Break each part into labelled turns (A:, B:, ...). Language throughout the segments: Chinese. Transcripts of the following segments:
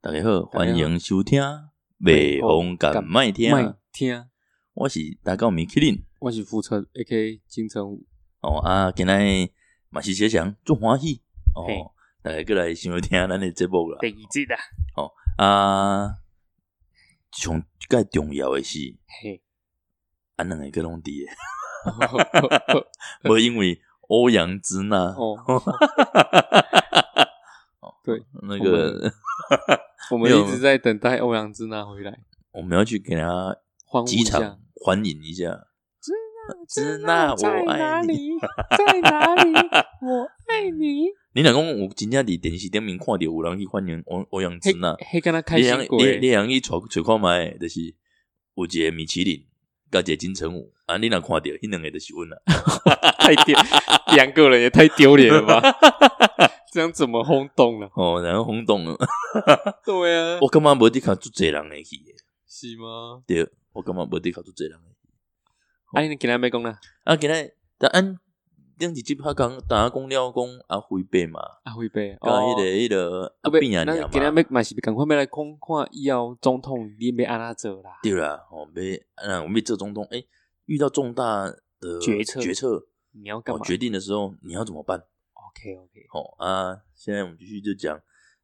A: 大家好，
B: 大家好
A: 欢迎收听《北风敢麦听》，
B: 麦听，
A: 我是大高米麒麟
B: 啊我是浮尘 A K 金城武，
A: 哦啊，今日嘛是写翔足欢喜
B: 嘿
A: 哦，大家过来想要听咱的节目啦
B: 第二集啦，
A: 啊，上介重要的是，
B: 嘿，
A: 啊，两个个拢伫 诶，无因为欧阳之娜
B: 哦，对，
A: 那
B: 我
A: 个，
B: 我们一直在等待欧阳之娜回来，
A: 我们要去给他
B: 欢呼
A: 机
B: 一下
A: 场，欢迎一下。支
B: 娜
A: 那
B: 在
A: 我爱
B: 哪
A: 你
B: 里？在哪里？ 我爱你。
A: 你若讲有真正伫电视顶面看到有人去欢迎欧欧阳之
B: 嘿
A: 娜，，
B: 嘿，跟他开
A: 你想
B: 心
A: 你
B: 果，
A: 你想去找找看卖，就是有一个米其林，甲一个金城武啊，你若看到迄两个就是阮啦。
B: 太丢，两个人也太丢脸 了吧？这样怎么轰动了？
A: 哦，然后轰动了，
B: 对啊，
A: 我感觉无得看足侪人会去的，
B: 是吗？
A: 对，我感觉无得看足侪人会去。
B: 啊，你今天没讲啦？
A: 啊，今仔但按顶一集拍讲，大家讲了讲啊，辉白嘛，
B: 阿辉呗，
A: 甲迄个迄个
B: 啊，
A: 啊
B: 不，
A: 变啊
B: 咱
A: 娘
B: 今天
A: 嘛，
B: 要嘛是赶快要来看看以后总统你要安怎做啦？
A: 对啦，哦，要啊，我们这中东诶，遇到重大的
B: 决策
A: 决策
B: 你要干
A: 哦
B: 嘛
A: 决定的时候，你要怎么办？
B: ？OK OK，
A: 好、啊，现在我们继续就讲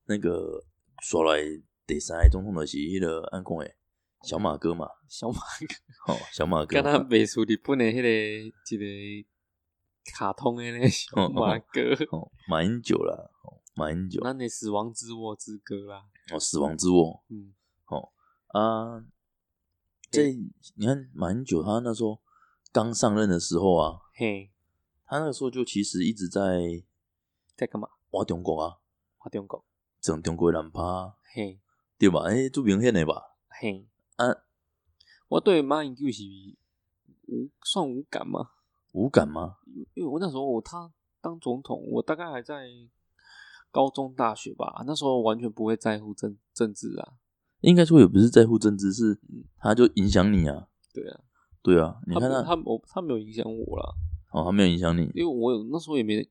A: 那个说来第三个总统的是迄个安公诶，小马哥嘛，
B: 小马
A: 好、小马哥
B: 跟，他美术日本的迄个一个卡通的 那小马哥，
A: 哦，马英九啦，哦，马英九，
B: 咱的死亡之握之歌啦，
A: 哦，死亡之握
B: 嗯，
A: 啊，这你看马英九他那时候刚上任的时候啊，
B: 嘿，
A: 他那个时候就其实一直在
B: 在干嘛？
A: 挖中国啊，
B: 我中国，
A: 整中国的人趴，啊
B: 嘿
A: 对吧？诶、做明显的吧？
B: 嘿，
A: 啊，
B: 我对马英九是无算无感吗？
A: 无感吗？
B: 因为我那时候我他当总统，我大概还在高中大学吧，那时候完全不会在乎政政治啊，
A: 应该说也不是在乎政治，是他就影响你啊。
B: 嗯对啊，
A: 对啊，你
B: 他
A: 看
B: 不
A: 他，
B: 他我他没有影响我啦，
A: 哦，他没有影响
B: 因为
A: 你，
B: 我有那时候也没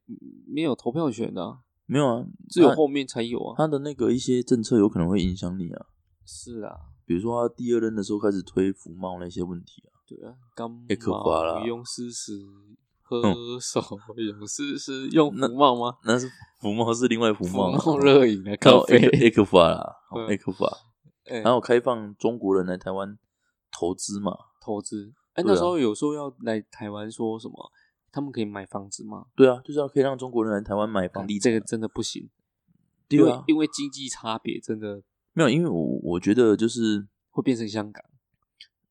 B: 没有投票权的、啊，
A: 没有啊，
B: 只有
A: 他
B: 后面才有啊。
A: 他的那个一些政策有可能会影响你啊，
B: 是啊，
A: 比如说他第二任的时候开始推服贸那些问题啊，
B: 对啊，感
A: 欸可怕啦
B: 冒用事实，喝手用事实，用
A: 那
B: 福茂吗？
A: 那是服贸是另外服
B: 福
A: 贸啊，
B: 茂热饮啊，
A: 靠
B: 咖啡。
A: A 哦克法 啦
B: 嗯
A: ，A 克法，
B: 哎
A: 还有开放中国人来台湾投资嘛，
B: 投资，哎，
A: 对啊
B: 那时候有时候要来台湾说什么，他们可以买房子吗？
A: 对啊，就是要可以让中国人来台湾买房地
B: 这
A: 产
B: 个
A: 啊，
B: 真的不行，因
A: 对
B: 为
A: 啊，
B: 因为经济差别真的
A: 没有，因为我我觉得就是
B: 会变成香港。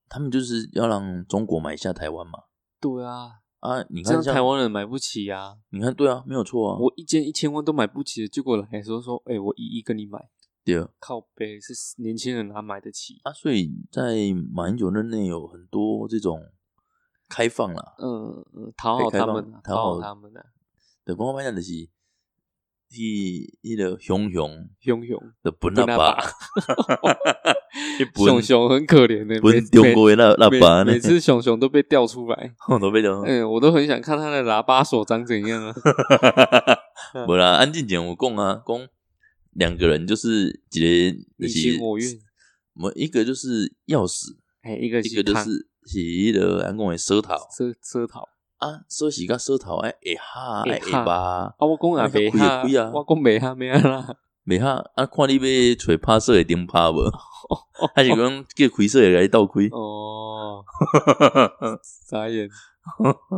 A: 他们就是要让中国买下台湾嘛，
B: 对啊，
A: 啊，你
B: 这
A: 看
B: 样
A: 像
B: 台，湾人买不起啊。
A: 你看对啊，没有错啊，
B: 我一间一千万都买不起的，结果来的时候说，哎、我一亿跟你买，
A: 对啊。
B: 靠背是年轻人哪买得起？
A: 啊，所以在马英九任内有很多这种开放啦，
B: 嗯嗯，讨
A: 可以
B: 好
A: 开
B: 他
A: 放
B: 们、啊，
A: 讨
B: 讨
A: 好
B: 好他们啊，
A: 对，光我讲就是，迄迄个熊熊
B: 熊熊
A: 的本阿爸， 一
B: 熊熊很可怜的、
A: 本中国的那
B: 每
A: 那爸呢
B: 每，次熊熊都被调出来，
A: 我都被讲，
B: 嗯、我都很想看他的喇叭手长怎样啊。
A: 无啦，安静点，我讲啊，讲两个人就是一个就
B: 你
A: 是
B: 情我愿，
A: 我一个就是钥匙，
B: 哎、一个
A: 一个就
B: 汤
A: 是是迄个安讲的舌头
B: 遮遮头
A: 啊，舌是甲舌头爱会哈爱
B: 会
A: 会
B: 哈
A: 吧。
B: 啊，我讲
A: 啊
B: 也
A: 你
B: 袂
A: 较贵
B: 哈
A: 也贵啊，
B: 我讲袂哈咩 啦，
A: 袂哈啊，看你要找拍摄的顶拍 无，还是讲叫开摄的来倒开？
B: 哦，傻眼。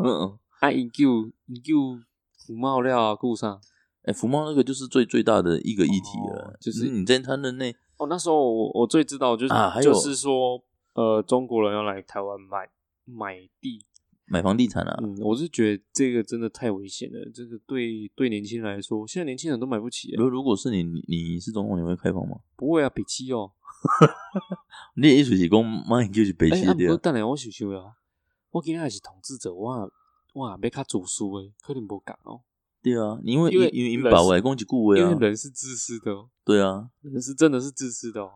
A: 嗯
B: 啊，研究研究服贸料啊，顾上。
A: 哎，福茂那个就是最最大的一个议题了
B: 哦，就是
A: 嗯你在他任内，
B: 哦，那时候我我最知道就是、
A: 啊还有
B: 就是说，呃，中国人要来台湾买买地，
A: 买房地产啊，
B: 嗯，我是觉得这个真的太危险了，这个对对年轻人来说，现在年轻人都买不起耶，
A: 如如果是你，你你是总统，你会开放吗？
B: 不会啊，北七哦，
A: 你的意思是讲，马英九是北
B: 哎、
A: 西
B: 啊，不
A: 的，
B: 过等下我想想啊，我今仔是统治者，我也我也要较自私诶，可能无共哦，
A: 对啊，因为
B: 因为
A: 因为因
B: 人
A: 保
B: 是
A: 外攻击顾
B: 因
A: 问
B: 为
A: 啊，
B: 人是自私的、哦，
A: 对啊，
B: 人是真的是自私的哦。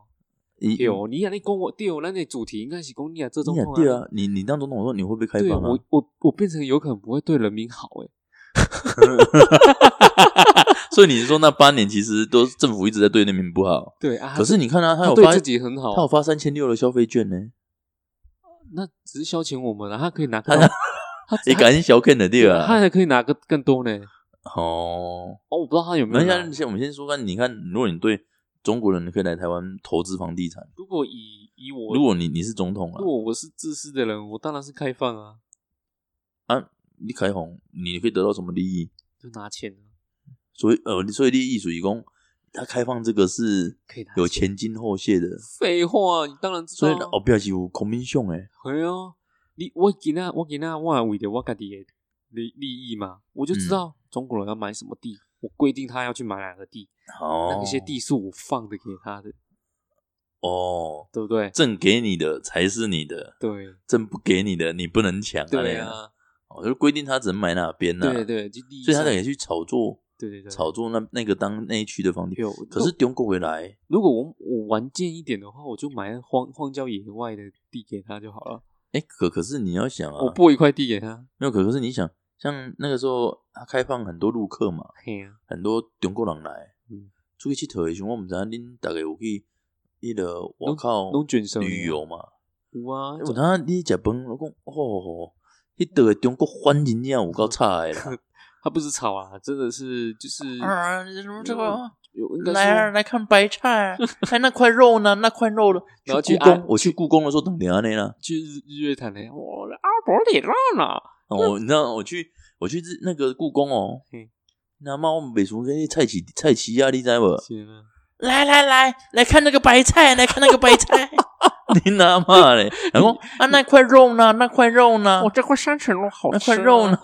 A: 你
B: 对哦，你啊，你讲我对哦，咱的主题应该是讲你啊，这种
A: 你啊对啊，你你当总统的时候，你会不会开
B: 对
A: 放啊
B: 我？我我变成有可能不会对人民好哎、
A: 所以你是说那八年其实都政府一直在对那边不好？
B: 对啊，
A: 可是你看啊，
B: 他
A: 有
B: 对
A: 发
B: 自己很好
A: 他，有发三千六的消费券呢，
B: 那只是消遣我们啊，他可以拿更多，他
A: 也感恩小 Ken 的对
B: 他
A: 啊。
B: 还可以拿个更多呢。
A: 哦，
B: 哦，我不知道他有没
A: 那
B: 有
A: 现
B: 拿。
A: 在我们啊先说看，你看，如果你对中国人，你可以来台湾投资房地产。
B: 如果以以我，
A: 如果你你是总统啊
B: 如
A: 了，
B: 果我是自私的人，我当然是开放啊，
A: 你开红，你可以得到什么利益？
B: 就拿钱啊，
A: 所以呃，所以利益属于公，他开放这个是
B: 可以拿
A: 有。前金后谢的，
B: 废话，你当然知
A: 所
B: 道
A: 以
B: 啊。
A: 哦，不要欺负孔明兄哎，
B: 对啊，你我今仔我今仔我也为着我家己的利利益嘛，我就
A: 嗯
B: 知道中国人要买什么地，我规定他要去买哪个地，
A: 哦，
B: 那些地是我放的给他的，
A: 哦，
B: 对不对？
A: 朕给你的才是你的，
B: 对
A: 朕不给你的你不能抢，这
B: 对
A: 样，
B: 啊，
A: 哦，就规定他只能买哪边啊呐，
B: 对，对，就利益
A: 所以他
B: 上，
A: 得去炒作，
B: 对对对，
A: 炒作那那个当那一区的房地，
B: 有。
A: 可是丢过回来，
B: 如果我我玩贱一点的话，我就买荒荒郊野外的地给他就好了，
A: 哎，可可是你要想啊
B: 我，拨一块地给他，
A: 没有，可可是你想，像那个时候他开放很多陆客嘛，
B: 嘿啊，
A: 很多中国人来
B: 嗯，
A: 出去佚佗的时候，我们知影恁大概有去迄个外口
B: 拢啊卷舌
A: 旅游嘛。
B: 有哦啊，
A: 有当你食饭，我讲哦，迄道的中国番真正有够差的 啦。
B: 他不是吵啊，真的是就是
A: 啊，这什么这个？
B: 有应该
A: 来啊，
B: 说
A: 来看白 菜，啊看那块肉呢，那块肉呢？
B: 然后
A: 去
B: 去
A: 故宫
B: 按，
A: 我去故宫的时候等安尼啦。
B: 去日日月潭嘞，我的阿伯里浪啊。
A: 哦，我你知道我去我去日那个故宫哦
B: 嗯，
A: 那嘛我们北熟跟菜市菜市啊，你知无？
B: 行啊，
A: 来来来，来看那个白菜，来看那个白菜。 你拿嘛 嘞？然后啊，那块肉呢？那块肉呢
B: 我、？这块山城肉好
A: 那
B: 吃、啊
A: 块肉呢？？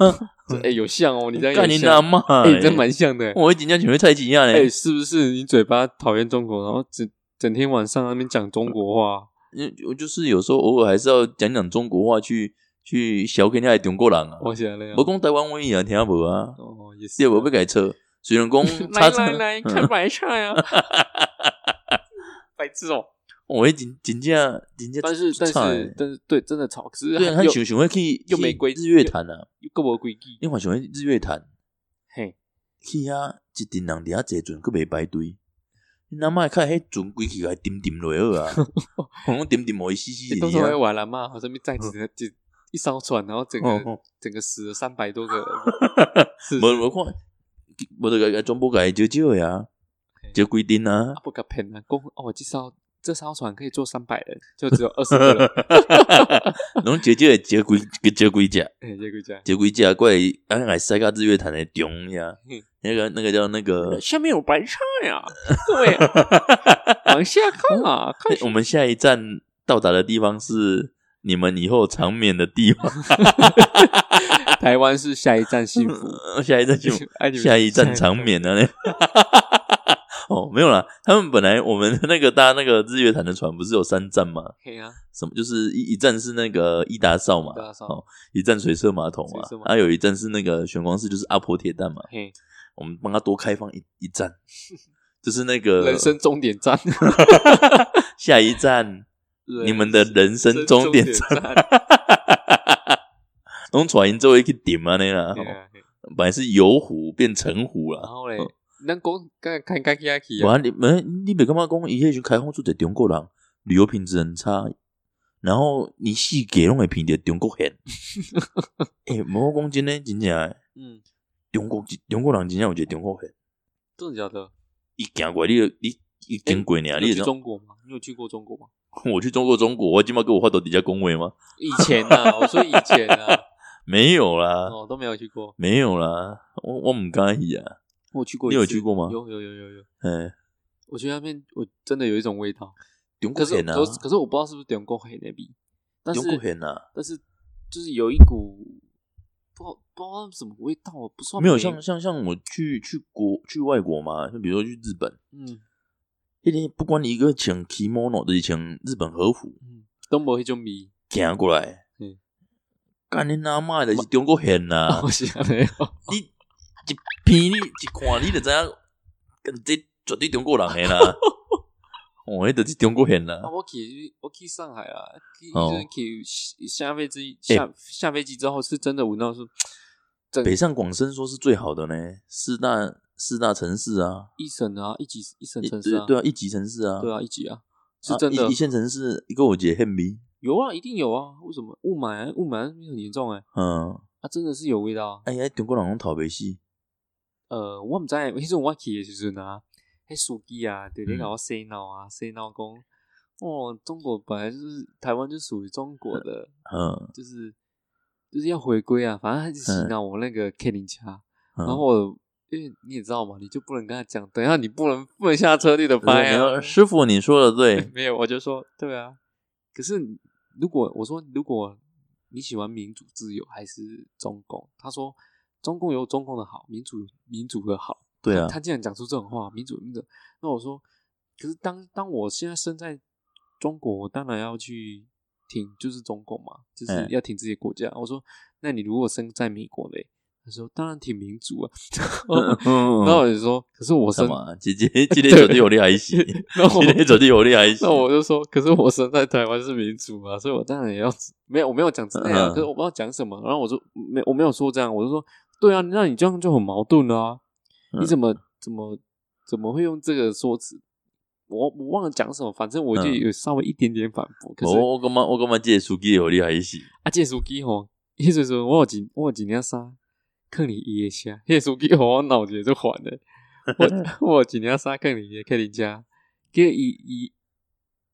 B: 哎、有像哦，你这样
A: 干
B: 有
A: 啊你拿
B: 像，
A: 嘛
B: 哎、
A: 嘞？
B: 真蛮像的、
A: 我紧张，请问蔡奇亚
B: 哎、
A: 啊嘞？
B: 是不是你嘴巴讨厌中国，然后整整天晚上在那边讲中国话？
A: 嗯我就是有时候偶尔还是要讲讲中国话去，去小给人家中国人啊。
B: 我想那样
A: 我，讲台湾文也听无啊，
B: 哦，也是
A: 也无被改车。虽然 讲
B: 来
A: 差差，
B: 来来，看白菜啊， 白痴哦、
A: 我会真真正真正
B: 但是但
A: 差
B: 是
A: 欸
B: 但是对，真的吵，可是
A: 对啊，他
B: 又
A: 想想要去
B: 又没
A: 去
B: 规
A: 日月潭啊，
B: 又够我诡计，
A: 你看想要日月潭
B: 嘿，
A: 去遐一群人伫遐坐船，佫袂排队。你阿妈看迄船规气还沉沉落去啊，我讲沉沉落去死死
B: 你
A: 的
B: 到时候会
A: 啊。
B: 玩了嘛？好像载几几一艘船，然后整个、
A: 哦哦
B: 整个死了三百多个人，是
A: 无无看，无就个全部个少少的啊，就规定啊
B: 啊，。不敢骗啊，公哦，这艘这艘船可以坐三百人，就只有二十个人，
A: 拢少少的少几少几只，
B: 哎、这个这样。
A: 少几只过来，啊，来塞到日月潭的中呀
B: 嗯，，
A: 那个那个叫那个
B: 下面有白菜呀，对啊，往下看啊，看
A: 我们下一站到达的地方是你们以后长眠的地方。
B: 台湾是下一站幸福，
A: 下一站就
B: 哎你们
A: 下一站长眠啊！那哦，没有啦，他们本来我们那个搭那个日月潭的船不是有三站吗？
B: 嘿啊，
A: 什么就是一一站是那个伊达哨嘛
B: 伊达，哨
A: 哦，一站水社码头嘛啊
B: 水社码，头
A: 还有一站是那个玄光寺，就是阿婆铁蛋嘛。
B: 嘿，
A: 我们帮他多开放一一 站，就是那个
B: 人生终点站，
A: 下一站，你们的人生终点
B: 人
A: 站
B: 生终点站，
A: 从船营周围去顶啊那啦，
B: 嘿
A: 哦
B: 啊嘿
A: 本来是游湖变成湖
B: 然
A: 啦。
B: 后嘞，咱讲刚看看起来去啊，
A: 哇，你们你别干嘛讲，伊迄时开放出一中国人，旅游品质很差，然后你四界拢会闻着中国 咸。诶、欸，无我讲真诶，真正的
B: 嗯，
A: 中国中国人真正有一个中国咸，
B: 真的假的？
A: 伊行过来你就你伊经过你啊，
B: 你
A: 你
B: 有
A: 就知
B: 去
A: 道
B: 中国吗？你有去过中国吗？
A: 我去中国中国，我今麦跟我发到底下恭维吗？
B: 以前啊，我说以前 啊，
A: 没有啦，
B: 哦，都没有去过。
A: 没有啦，我我唔敢去啊。
B: 我有去过一
A: 你
B: 次，
A: 有去过吗
B: 有有有有有，
A: 诶、
B: 我觉得那边我真的有一种味道，
A: 中国
B: 可是
A: 咸啊，
B: 我可是我不知道是不是点过黑那边，但
A: 中国
B: 是
A: 咸啊，
B: 但是就是有一股不知道不知道什么味道，啊不算
A: 没有
B: 霉
A: 像像像我去去国去外国嘛，就比如说去日本。
B: 嗯
A: 迄个不管你一个穿 kimono 就是穿日本和服，
B: 嗯都没有那种味，
A: 行过来
B: 嗯，！
A: 干你阿妈的就是中国现啦
B: 是啊没有，
A: 你一片你一看你就知影，干这绝对中国人诶 啦！哦，迄就是中国现啦
B: 啊！我去我去上海啊，去
A: 哦
B: 就是去下下飞机下下飞机之后是真的闻到是，整
A: 北上广深说是最好的呢，四大四大城市啊，
B: 一省啊，一级一省
A: 一
B: 城市啊，
A: 对对啊，一级城市啊，
B: 对
A: 啊，
B: 啊，一级啊，是真的
A: 一一线城市一个我姐很迷，
B: 有啊，一定有啊。为什么雾霾啊？雾霾很严重哎、欸，
A: 嗯，
B: 啊，真的是有味道啊。
A: 哎呀，中国人拢逃袂死，
B: 呃，我毋 知，迄阵我去诶时阵啊，迄司机啊，直
A: 嗯
B: 直甲我洗脑啊，洗脑讲，哦，中国本来就是台湾就属于中国的，
A: 嗯，
B: 就是就是要回归啊，反正他就洗脑我那个 K 零卡，
A: 嗯
B: 啊然后我因为你也知道嘛，你就不能跟他讲，等一下你不能不能下车，你得
A: 对
B: 拍
A: 你
B: 啊
A: 要，师傅你说的对，
B: 没有，我就说对啊，可是如果我说如果你喜欢民主自由还是中共，他说中共有中共的好，民主有民主的好。
A: 对啊，
B: 他竟然讲出这种话，民主民主。那我说，可是当当我现在身在中国，我当然要去挺，就是中共嘛，就是
A: 嗯
B: 要挺自己的国家。我说，那你如果身在美国嘞？他说，当然挺民主啊。
A: 嗯，
B: 然后我就说，可是我
A: 什
B: 身，
A: 么？姐姐，今天绝对有厉害死，
B: 那我
A: 今天绝对有厉害死，
B: 那我就说，可是我身在台湾是民主啊，所以我当然也要没有，我没有讲之类
A: 嗯
B: 啊，可是我不知道讲什么。然后我就没我没有说这样，我就说，对啊，那你这样就很矛盾啊，
A: 嗯
B: 你怎么怎么怎么会用这个说辞？我我忘了讲什么，反正我就
A: 嗯
B: 有稍微一点点反驳。可是
A: 我我感觉我感觉这个司机有厉害死，
B: 啊，这个司机吼，迄时阵我有一我有一领衫，放伫伊诶车，迄个司机吼，我脑子就烦诶。 我我有一领衫放伫伊诶客人家，结果伊伊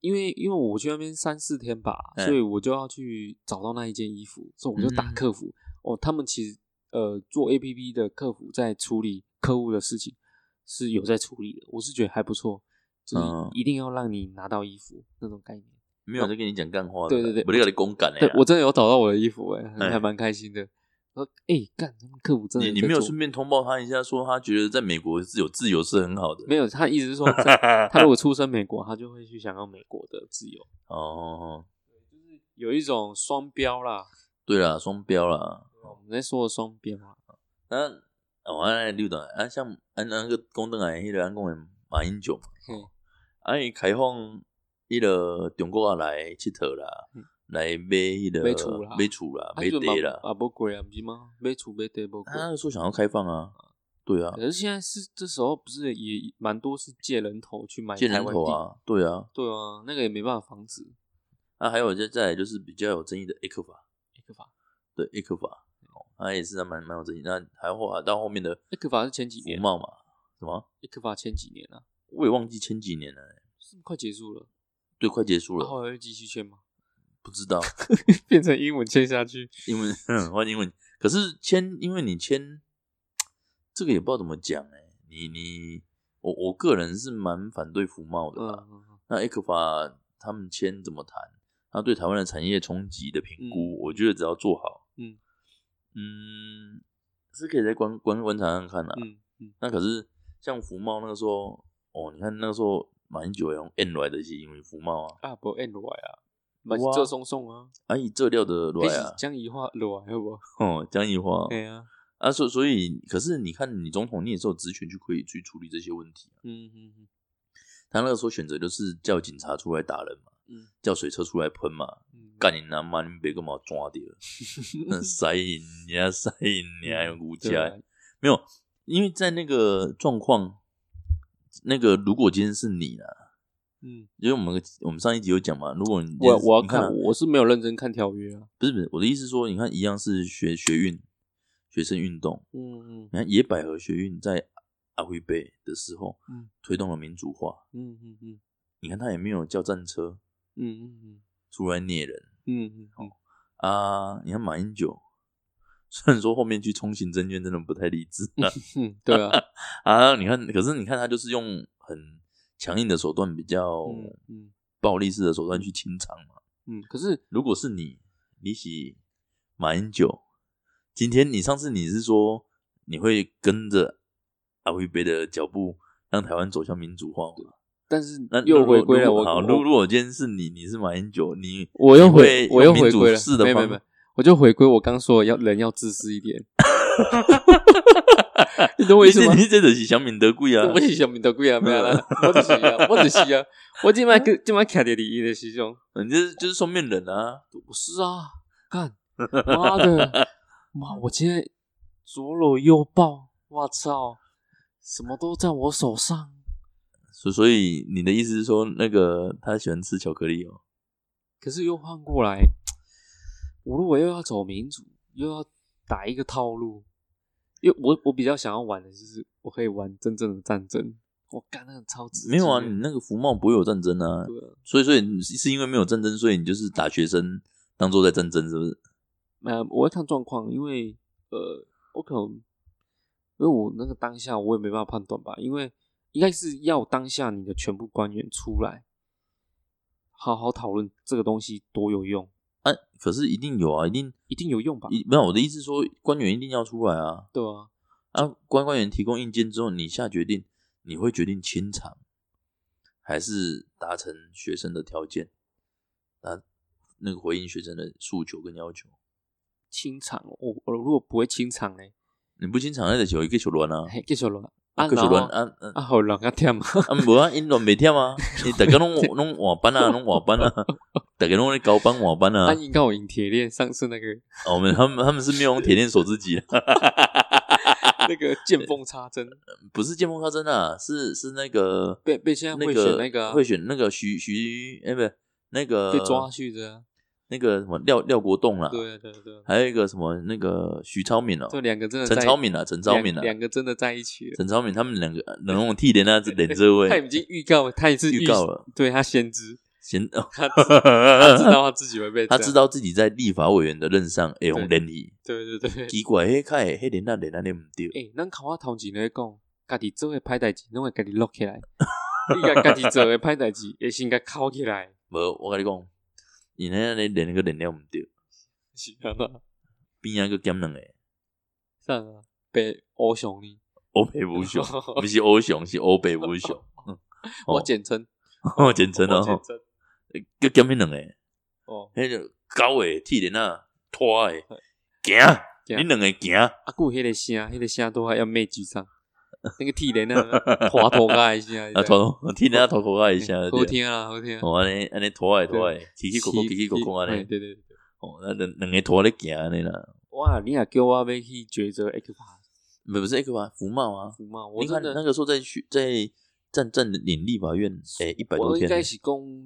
B: 因为因为我去那边三四天吧，
A: 嗯
B: 所以我就要去找到那一件衣服，所以我就打
A: 嗯
B: 客服。哦，他们其实呃做 A P P 的客服在处理客户的事情是有在处理的，我是觉得还不错，就是
A: 嗯
B: 一定要让你拿到衣服那种概念。
A: 没有在跟你讲干话的，
B: 对对对
A: 我在跟你公干的
B: 对
A: 啦，
B: 我真的有找到我的衣服、欸，哎，
A: 啊哎
B: 还蛮开心的。我说，哎、干，他们客服真的
A: 你你
B: 在
A: 没有
B: 做
A: 顺便通报他一下，说他觉得在美国是有自由是很好的，
B: 没有？他意思是说，在他如果出生美国， 他就会去想要美国的自由，
A: 哦，
B: 就是有一种双标啦。
A: 对啦，双标啦，
B: 我们在说的双标啊，
A: 那哦，安尼溜达啊，像安那个讲倒来迄个安讲诶马英九嘛，
B: 嘿
A: 啊伊开放迄个中国啊来佚佗啦
B: 嗯，
A: 来买迄个
B: 买厝啦
A: 买厝啦，
B: 啊
A: 买
B: 就
A: 地
B: 嘛
A: 啦，
B: 啊，不贵啊，不是吗？买厝买地不贵。
A: 他说想要开放啊，对啊
B: 可，是现在是这时候不是也蛮多是借人头去买
A: 建
B: 台
A: 人
B: 湾
A: 口
B: 地？
A: 啊，对啊，
B: 对啊，那个也没办法防止。
A: 啊还有再再来就是比较有争议的 A 克法，
B: 一个法，
A: 对 A 克法，哦，他也是蛮蛮有争议，那还后来到后面的
B: 一个法是前几年
A: 福，茂嘛，什么
B: 一个法前几年啊，
A: 我也忘记前几年了、欸，
B: 是不是快结束了？
A: 对，快结束
B: 啊
A: 了，
B: 后来会继续签吗？
A: 不知道，
B: 变成英文签下去。
A: 英 文换英文。可是签，因为你签，这个也不知道怎么讲哎、你你我我个人是蛮反对福茂的
B: 嗯
A: 啦。
B: 嗯，嗯
A: 那 A 克法他们签怎么谈？那对台湾的产业冲击的评估，我觉得只要做好，
B: 嗯
A: 嗯，是可以再观观观察看看啦、
B: 嗯嗯，
A: 那可是像福茂那个时候，哦，你看那个时候马英九也用 N 来的是因为福茂啊，
B: 啊，无按落来啊，嘛是
A: 有啊
B: 做送送啊，
A: 啊以这料的
B: 迄
A: 来啊
B: 是，江宜桦落来好无？
A: 哦，江宜桦，
B: 对啊，
A: 啊，所所以，可是你看，你总统你也是有职权去可以去处理这些问题啊、
B: 嗯嗯嗯
A: 他那个时候选择就是叫警察出来打人嘛，
B: 嗯
A: 叫水车出来喷嘛，
B: 嗯，
A: 干你娘妈，你别个毛抓 掉，那塞你呀塞你呀，有
B: 对啊
A: 家没有？因为在那个状况，那个如果今天是你啦，
B: 嗯，
A: 因为我们我们上一集有讲嘛，如果你今天
B: 我我要
A: 你
B: 看
A: 啊，
B: 我是没有认真看条约啊。
A: 不是不是我的意思是说，你看一样是学学运学生运动，
B: 嗯嗯
A: 你看野百合学运在阿辉北的时候，
B: 嗯
A: 推动了民主化。
B: 嗯嗯嗯
A: 你看他也没有叫战车
B: 嗯
A: 出来虐人
B: 嗯嗯嗯，
A: 啊。你看马英九，虽然说后面去冲行政院真的不太理智啊
B: 嗯，对啊，
A: 啊，你看，可是你看他就是用很强硬的手段，比较
B: 嗯嗯
A: 暴力式的手段去清场嘛。
B: 嗯，可是
A: 如果是你，你喜马英九，今天你上次你是说你会跟着阿辉杯的脚步，让台湾走向民主化吗？
B: 但是
A: 那
B: 又回归
A: 如
B: 了
A: 果
B: 我，
A: 好，
B: 我
A: 如如果今天是你，你是马英九，你
B: 我又
A: 你
B: 回
A: 会
B: 我又
A: 用
B: 回
A: 民主
B: 归了
A: 式，的
B: 没没
A: 方
B: 没，我就回归我刚说的要人要自私一点， 你懂我意思吗
A: 你？这就是想民德贵啊！
B: 我是想面到鬼啊，咩啦？我就是啊， 我就是啊，我即摆即摆徛伫你伊的时阵，
A: 你这就是双面人啊！
B: 不是啊， 干妈的，妈，我今天左搂右抱，我操，什么都在我手上。
A: 所所以你的意思是说，那个他喜欢吃巧克力哦？
B: 可是又换过来，我如果又要走民主，又要打一个套路，因为我我比较想要玩的就是我可以玩真正的战争。我干那个超值，
A: 没有啊，你那个福茂不会有战争啊，
B: 对啊，
A: 所以所以你是因为没有战争，所以你就是打学生当做在战争，是不是？
B: 呃，我会看状况，因为呃，我可能因为我那个当下我也没办法判断吧，因为应该是要当下你的全部官员出来，好好讨论这个东西多有用，
A: 啊，可是一定有啊，一定
B: 一定有用吧？
A: 一没有我的意思是说，官员一定要出来啊
B: 对啊，
A: 啊！官官员提供意见之后，你下决定，你会决定清偿，还是达成学生的条件，啊，那个回应学生的诉求跟要求？
B: 清场，我我如果不会清场呢，
A: 你不清偿，那就有一个球乱啊，
B: 嘿，继续乱啊，
A: 个球乱
B: 然后
A: 啊啊
B: 啊，好人啊，忝啊，
A: 啊，无啊，因拢袂忝 啊，因逐个拢拢换班啊，拢换班啊，逐个拢咧交班换班啊
B: 啊，。应该我赢铁链，上次 那个
A: 啊我们他们他们是没有用铁链锁自己，啊
B: 那个见缝插针，
A: 不是见缝插针啊，是是那个
B: 被被现在
A: 那
B: 会
A: 个
B: 选那个啊
A: 会选那个徐徐哎不是那个
B: 被抓去的啊，
A: 那个什么廖廖国栋啦，
B: 对啊对啊对啊，
A: 还有一个什么那个徐超敏哦，
B: 这两个真的
A: 陈
B: 在
A: 超敏啊，陈超敏啊
B: 两，两个真的在一起了。
A: 陈超敏他们两个能用替连啊，这连这
B: 他
A: 位
B: 已经预告了，他一次
A: 预告，了，
B: 对他先知，
A: 先
B: 他知他知道他自己会被这
A: 他
B: 样，
A: 知道自己在立法委员的任上会用
B: 对
A: 连你。
B: 对对对。
A: 奇怪，迄较会迄连啊连啊连毋对，
B: 诶，咱考我头前咧讲，家己做诶歹代志，拢会家己录起来。你甲家己做诶歹代志，会先甲考起来，
A: 无我甲你讲，伊那咧连个连了毋对，
B: 是安怎？
A: 边啊个减两个，
B: 啥啊？被欧熊呢？
A: 乌白无 熊，毋是乌熊，是乌白无熊，哦
B: 我简称，
A: 我简称
B: 我简
A: 哦，
B: 称，
A: 个减迄两个，
B: 哦，
A: 迄个狗诶替连啊拖诶行，
B: 行
A: 恁两个行，
B: 啊，还有迄个声，迄个声都还要妹 几上，那个铁人啊，滑头盖一下，
A: 啊拖 替连啊拖拖啊一
B: 一
A: 下，
B: 好听啊，好听啊。
A: 哦安尼安尼拖诶拖诶，起起
B: 起
A: 扣扣起啊起扣扣安
B: 嘿
A: 尼，
B: 对对对。
A: 哦那两两个拖咧行安尼啦，
B: 哇，你也叫我要去抉择 X 法
A: 不不是那个吧福茂啊，
B: 服嘛？我
A: 你看
B: 真的，
A: 那个时候在去在站站领立法院，诶一百多
B: 我应
A: 天。
B: 该是讲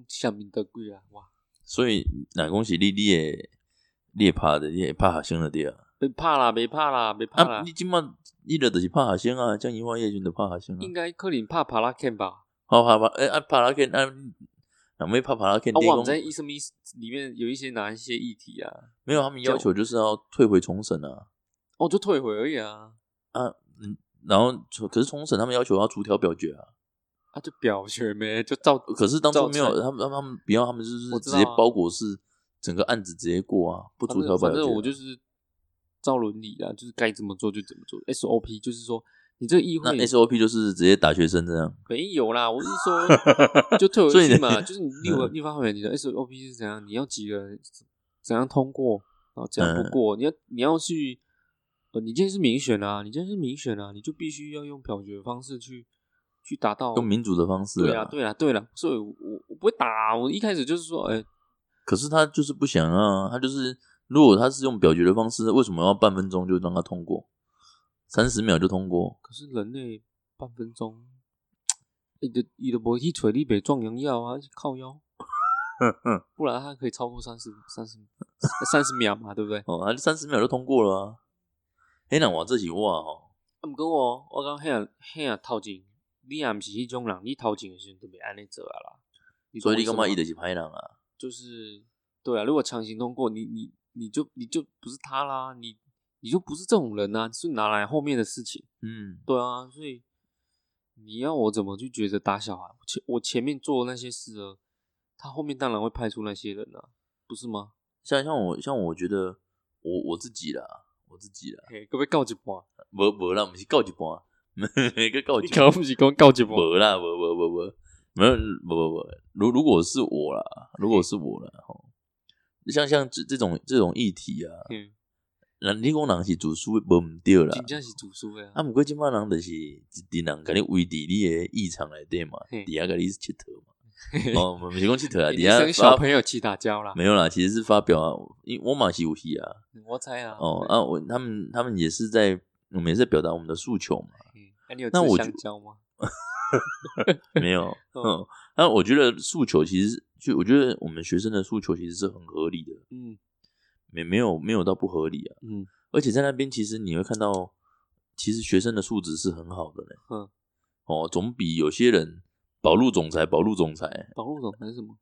B: 下面的贵啊，哇，
A: 所以哪讲是你你会你会拍的，你会拍学生的对啊。
B: 别怕啦，别怕啦，别怕
A: 啊，
B: 啦
A: 你，即满你著就是拍学生啊，江宜桦叶军著拍学生
B: 应
A: 啊。
B: 该可能怕帕拉 K 吧？
A: 好拍拍诶啊拍拉肯啊，哪要拍拍拉肯？
B: 啊，
A: 你
B: 我们
A: 讲
B: 在医生咪里面有一些哪一些议题啊，
A: 没有，他们要求就是要退回重审啊
B: 哦，就退回而已啊，
A: 啊，嗯，然后可是重审他们要求要逐条表决啊，
B: 啊，就表决没，就照
A: 可是当初
B: 照
A: 没有
B: 成
A: 他们他们他们不要，他们就是
B: 我知
A: 直
B: 道
A: 接
B: 啊
A: 包裹是整个案子直接过啊，不
B: 反
A: 逐
B: 正
A: 条表
B: 反
A: 决啊。
B: 正我就是照伦理啊，就是该怎么做就怎么做，SOP 就是说你这个议
A: 那
B: 会
A: SOP 就是直接打学生这样。
B: 没有啦，我是 说就退
A: 所以嗯
B: 回
A: 你
B: 去嘛，就是你立委立法委员你的 SOP 是怎样，你要几个人怎样通过，然后怎样不
A: 嗯
B: 过，你要你要去，呃，你今天是民选啊，你今天是民选啊，你就必须要用表决方式去去达到。
A: 用民主的方式
B: 哦对啊，对啊，对啊，所以我我我不会打啊、我一开始就是说，哎、
A: 可是他就是不想啊，他就是如果他是用表决的方式，为什么要半分钟就让他通过，三十秒就通过？
B: 可是人类半分钟，你的你的不会去锤你北壮阳药啊，靠腰，不然它可以超过三十三十三十秒嘛，对不对？
A: 哦，他三十秒就通过了啊。黑人我这句话哦，
B: 啊，毋过哦，我讲迄个迄个头前，你也毋是迄种人，你头前的时阵就袂安尼做啊啦。
A: 所以你
B: 干
A: 干嘛一
B: 一
A: 直是拍人啊？
B: 就是对啊，如果强行通过，你你你就你就不是他啦，你你就不是这种人啊，是拿来后面的事情。
A: 嗯，
B: 对啊，所以你要我怎么去觉得打小孩？我前我前面做的那些事啊，他后面当然会派出那些人啊，不是吗？
A: 像像我像我觉得我我自己啦，我自己啦，
B: 嘿，可不可以告一半？
A: 无无啦，不是告一半， 每个告一
B: 你
A: 半
B: 刚，不是讲告一半？啊
A: 无啦，无无无无，没有无无无。如如果是我啦，如果是我啦，吼，像像这这种这种议题啊，
B: 嗯，
A: 人你讲人是读书无毋对啦，
B: 真正是主书的
A: 啊，
B: 啊。
A: 毋过即摆人就是一群人甲你围伫你诶异常内底嘛，
B: 嘿
A: 伫遐甲你佚佗嘛。哦， 毋是讲佚 佗啊，
B: 已
A: 伫
B: 经生
A: 遐
B: 小
A: 发
B: 朋友起打交啦。
A: 没有啦，其实是发表啊，因我嘛是有戏啊。
B: 我猜啊。
A: 哦啊，我他们他们也是在我们也是在表达我们的诉求嘛。
B: 嗯，啊你有吃
A: 那我就
B: 香蕉吗？
A: 没有，
B: 哦
A: 嗯，那我觉得诉求其实就我觉得我们学生的诉求其实是很合理的，
B: 嗯
A: 没没有没有到不合理啊。
B: 嗯，
A: 而且在那边其实你会看到，其实学生的素质是很好的呢。
B: 嗯，
A: 哦，总比有些人保路总裁保路总裁，
B: 保护总还是什么？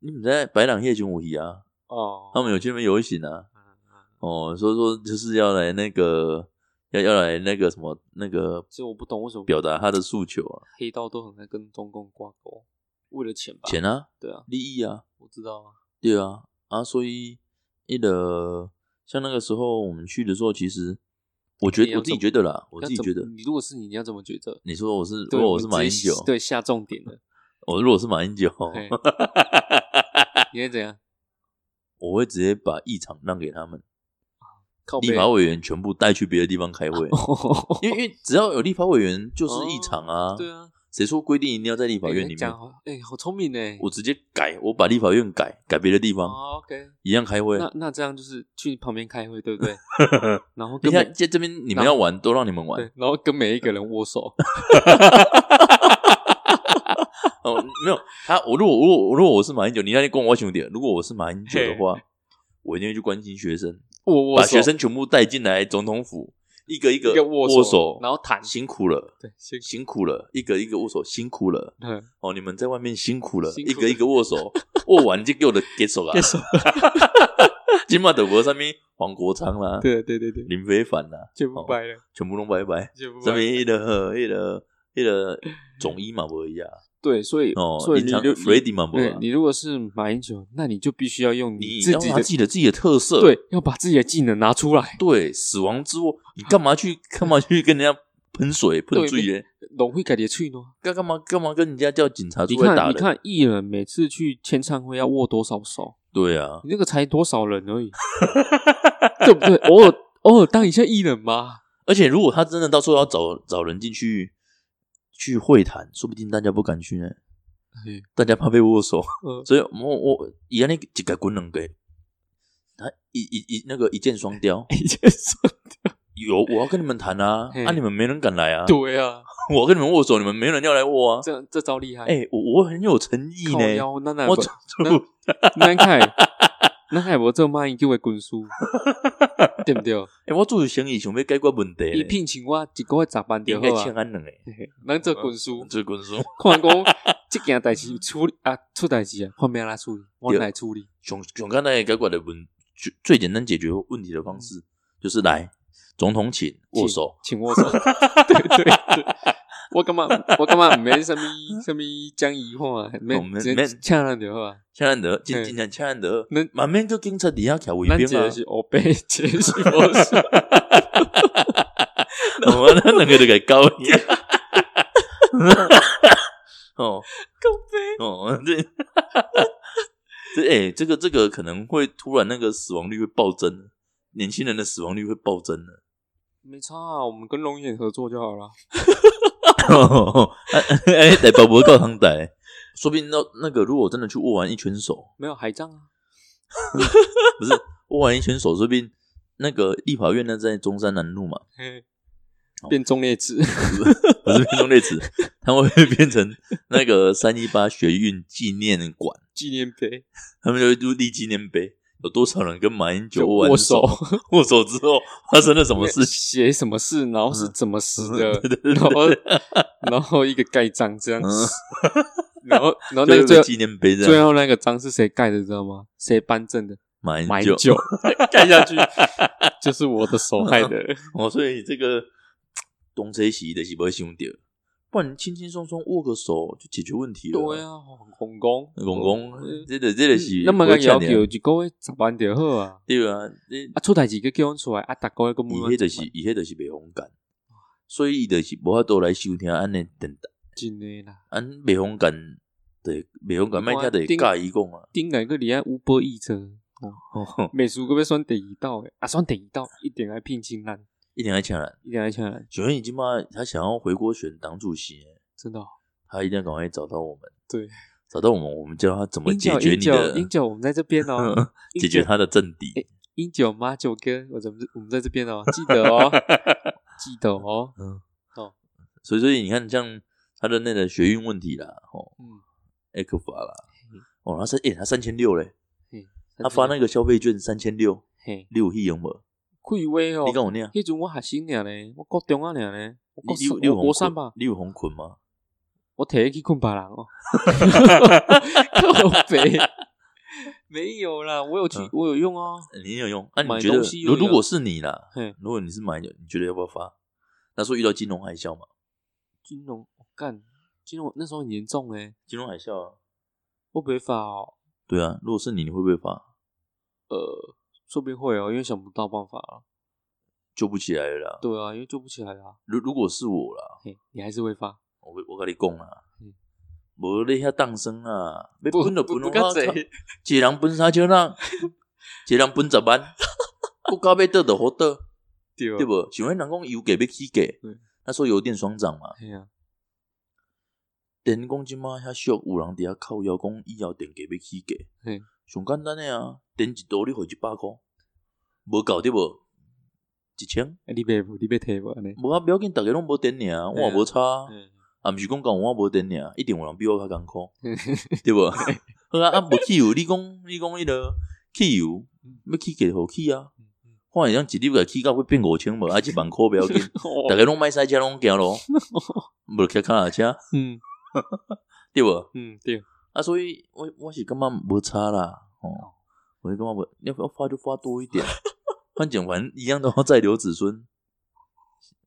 A: 你们在白朗夜熊舞仪啊，
B: 哦，
A: 他们有些人游行啊，
B: 嗯嗯
A: 哦，所以说就是要来那个要要来那个什么那个
B: 这我不懂为什么
A: 表达他的诉求啊，
B: 黑道都很爱跟中共挂钩，为了钱吧？
A: 钱啊，
B: 对啊，
A: 利益啊，
B: 我知道啊。
A: 对啊，啊，所以一的像那个时候我们去的时候，其实我觉
B: 你
A: 得
B: 要
A: 我自己
B: 哎怎
A: 觉得啦，我
B: 那
A: 自己
B: 怎
A: 觉
B: 么
A: 得，
B: 你如果是你，你要怎么抉择？
A: 你说我是如
B: 对，
A: 果我是
B: 们
A: 马英
B: 直接
A: 九，
B: 对下重点了，
A: 哦我如果是马英九，
B: 嘿 你会怎样？
A: 我会直接把议场让给他们，
B: 靠
A: 立
B: 背，
A: 法委员全部带去别的地方开会
B: 哦
A: 因为因为只要有立法委员就是议场啊，
B: 对，啊，
A: 谁说规定一定要在立法
B: 哎
A: 院
B: 你
A: 里
B: 讲
A: 面？
B: 好，哎，好聪明哎。
A: 我直啊接改，我把立法院改改别的地方，
B: 哦 OK，
A: 一样开会。
B: 那那这样就是去旁边开会，对不对？然后
A: 你
B: 跟每
A: 看，这这边你们
B: 然后
A: 要玩，都让你们玩
B: 对，然后跟每一个人 握手，
A: 哦，没有他，我如果如果如果我是马英九，你那天跟我兄弟，如果我是马英九的话，我一定会去关心学生，
B: 握握
A: 把
B: 手，
A: 学生全部带进来总统府，一个一个
B: 一个
A: 握
B: 握
A: 手
B: 然后谈，
A: 辛苦了，
B: 对，先
A: 辛苦了，一个一个握手，辛苦了。
B: 嗯，
A: 哦，你们在外面辛苦了，
B: 辛苦
A: 一个一个握手，握完就给我的给手啊
B: 握！手，
A: 金马德国上面黄国昌啦、
B: 对对对对，
A: 林非凡啦、
B: 全部白了，
A: 全部都拜拜。
B: 全部
A: 上
B: 白了。
A: 面一个一个一个总医嘛不一样
B: 对，所以
A: 哦，
B: 所以
A: 林
B: 你
A: 长
B: 就
A: f r e d d y 嘛不一
B: 对
A: 样
B: 你如果是马英九，那你就必须要用
A: 你
B: 自
A: 要
B: 己
A: 拿
B: 的
A: 自己的自己的特色，
B: 对，要把自己的技能拿出来。
A: 对，死亡之握，你干嘛去干嘛去跟人家喷水喷
B: 对
A: 醉嘞？
B: 龙会改的脆呢？
A: 干干嘛干嘛跟人家叫警察
B: 你
A: 出来
B: 看，
A: 打
B: 你
A: 人？
B: 看艺人每次去签唱会要握多少手？
A: 对啊，
B: 你那个才多少人 而已，对不对？偶尔偶尔当一下艺人嘛。
A: 而且如果他真的到时候要找找人进去去会谈，说不定大家不敢去呢，
B: 嘿
A: 大家怕被握手，
B: 呃，
A: 所以我我以前那个几个滚能给他一一一那个一箭双雕
B: 一件事，
A: 有我要跟你们谈啊，
B: 嘿
A: 啊你们没人敢来啊，
B: 对啊，
A: 我跟你们握手，你们没人要来握啊，
B: 这这招厉害。
A: 哎，我我很有诚意
B: 靠
A: 呢，
B: 腰，那那
A: 我
B: 不
A: 走路
B: 咱凯，咱凯无做马英九的 军师，对不对？
A: 欸，我做生意想要解决问题
B: 伊
A: 咧，
B: 聘请我一个月十万就
A: 应
B: 好
A: 该欠
B: 啊。
A: 俺两个。
B: 咱做军师，
A: 这滚叔
B: 看讲这件代志处理啊，出代志啊，看要来处理，我来处理。
A: 想想看那解决的问最最简单解决问题的方式，就是来总统请握手，
B: 请握手。 对对对，我感觉我感觉没什么什么讲疑话，啊没
A: 哦没
B: 直
A: 没
B: 接呛人就好啊。
A: 请咱得真
B: 嘿
A: 真正请咱得
B: 咱，
A: 慢慢个警察底下徛卫
B: 咱
A: 兵
B: 这
A: 啊
B: 个，是欧背， 这个是我是
A: 我那两个就给搞你。哦
B: 高背。
A: 哦，这这哎、欸，这个这个可能会突然那个死亡率会暴增，年轻人的死亡率会暴增的。
B: 没差啊，我们跟龙眼合作就好了。
A: 哦，哎，来宝宝告堂仔，说不定那那个如果真的去握完一圈手，
B: 没有海葬啊，
A: 握完一圈手，说不定那个立法院呢在中山南路嘛，
B: 嘿变忠烈子。
A: 不是变中列子，它会变成那个三一八学运纪念馆，
B: 纪念碑，
A: 他们就会立纪念碑。有多少人跟马英九
B: 就
A: 握
B: 握
A: 完手？握手之后发生了什么事情？嗯
B: 写什么事，然后是怎么死的
A: 对，对对
B: 然后 然后一个盖章这样，
A: 嗯
B: 然后然后
A: 就
B: 那个
A: 有
B: 最
A: 个
B: 后
A: 纪念碑这
B: 最
A: 样。
B: 后那个章是谁盖的，知道吗？谁颁证的？
A: 马英
B: 马英
A: 九，
B: 九 盖下去，就是我的手害 的。
A: 哦，所以这个东车西的是不会想到，不然轻轻松松握个手就解决问题了。
B: 对啊，红公
A: 公公，
B: 嗯
A: 这个这个是
B: 那么个
A: 要
B: 要求一个月十万就好啊！
A: 啊对啊，你
B: 啊，出代志个叫阮出来啊，逐个月个
A: 伊
B: 每
A: 迄就是伊迄就是袂反感，所以伊就是无法度来收听安尼电台，
B: 真的啦。
A: 安袂反感，对袂反感，
B: 你
A: 卖
B: 看
A: 听就是
B: 顶
A: 教伊讲啊，
B: 顶来个你爱五百亿折，美术个要选第二道诶，啊，选第二道一定爱聘请咱，
A: 一定爱请人。
B: 一定爱请咱，
A: 小燕已经嘛，他想要回国选党主席，
B: 真的哦。
A: 他一定要赶快找到我们，
B: 对，
A: 找到我们，我们教他怎么
B: 英
A: 解
B: 九，
A: 决
B: 英
A: 你
B: 九，
A: 的嗯
B: 英，九，我们在这边哦。
A: 解决他的政敌。
B: 英九妈九哥，我怎么我们在这边哦？记得哦，记得哦。
A: 嗯，
B: 哦，
A: 所以所以你看，像他的那个学运问题啦，哦，
B: 嗯，
A: 艾克法啦，哦，他三诶、他三千六嘞，
B: 嘿，
A: 他发那个消费券三千六，
B: 嘿，
A: 六亿有无？
B: 开会哦
A: 你，跟我念，
B: 迄阵我学生尔呢，我高中啊尔呢，我
A: 你
B: 高
A: 你有你
B: 三
A: 有红
B: 我高
A: 捆
B: 三吧，
A: 你有红捆吗？
B: 我摕去困别 人哦，靠北，没有啦，我有去
A: 嗯，
B: 我有用啊，
A: 你有用？那、
B: 买
A: 你觉得
B: 东西，有
A: 如如
B: 用
A: 果是你啦
B: 嘿，
A: 如果你是买的，你觉得要不要发？那时候遇到金融海啸嘛，
B: 金融我干，金融那时候很严重诶，
A: 金融海啸啊，
B: 会不会发哦？
A: 对啊，如果是你，你会不会发？
B: 呃，说不定会哦，因为想不到办法啊，
A: 救不起来了啦。
B: 对啊，因为救不起来啊，
A: 如如果是我啦，
B: 嘿，你还是会发，
A: 我跟我跟你讲啦
B: 嗯，
A: 无你遐当生啦，要分就分
B: 不
A: 咯，
B: 较
A: 我
B: 济
A: 操，一人分三千啦，一人分十万，不搞要倒就好倒，
B: 对哦
A: 对？不？想要人讲油价要起价
B: 对，
A: 那时候油电双涨嘛，
B: 嘿啊，
A: 电讲即马遐俗有人伫遐靠腰讲以后电价要起价
B: 嘿，
A: 上简单诶啊，电一度你回一百箍，无够对无？一千，
B: 啊你袂无，你袂摕无安尼？
A: 无啊，不要紧，逐个拢无电尔，我也无差啊。
B: 嗯
A: 啊，毋是讲讲我无电尔，一定有人比我较艰苦，
B: 嗯
A: 对无？好啊，啊，无汽油，你讲你讲迄落汽油，要起价互起啊？看会像一日个起价会变五千无？啊，一万箍不要 紧，逐
B: 哦
A: 个拢莫驶车拢行咯，无骑脚踏车，
B: 嗯
A: 对无？
B: 嗯，对，
A: 啊，所以我我是感觉无差啦，哦，我是感觉无，要要发就发多一点， 反正反正一样都要再留子孙，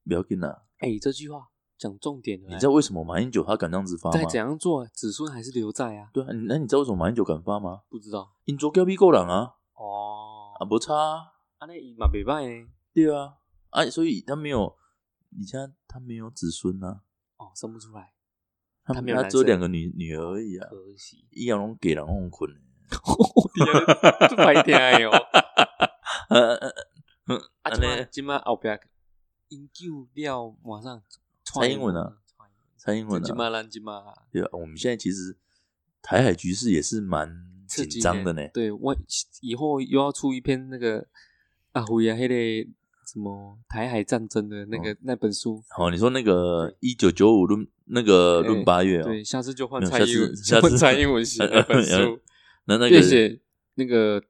A: 不要紧啦。
B: 哎，这句话讲重点了欸，
A: 你知道为什么马英九他敢这样子发
B: 再
A: 吗？
B: 怎样做，子孙还是留在啊？
A: 对啊，你那你知道为什么马英九敢发吗？
B: 不知道
A: 因做叫比个人啊，
B: 哦
A: 啊，无差啊，
B: 安尼伊嘛袂歹呢。
A: 对啊，啊，所以他没有，你看他没有子孙啊，
B: 哦，生不出来，
A: 他
B: 他没有
A: 他只有
B: 男
A: 两
B: 生
A: 个女女儿而已啊，
B: 可惜。
A: 一样拢给人哄困，
B: 啊这歹听的 哦。
A: 啊啊啊
B: 啊，
A: 安
B: 即
A: 尼
B: 摆即摆后壁研究了，马上
A: 蔡英文啊， 蔡英文
B: 即
A: 啊，
B: 摆咱即摆
A: 对啊，我们现在其实台海局势也是蛮
B: 刺
A: 紧
B: 激
A: 张的呢，
B: 对我以后又要出一篇那个阿辉啊，迄个什么台海战争的那个那本书，
A: 哦，你说那个一九九五论那个
B: 哎
A: 论八月哦，
B: 对，下次就换
A: 没有
B: 蔡
A: 下
B: 英文，
A: 次下次
B: 换蔡英文写 那本书，
A: 那那
B: 并
A: 个
B: 且那个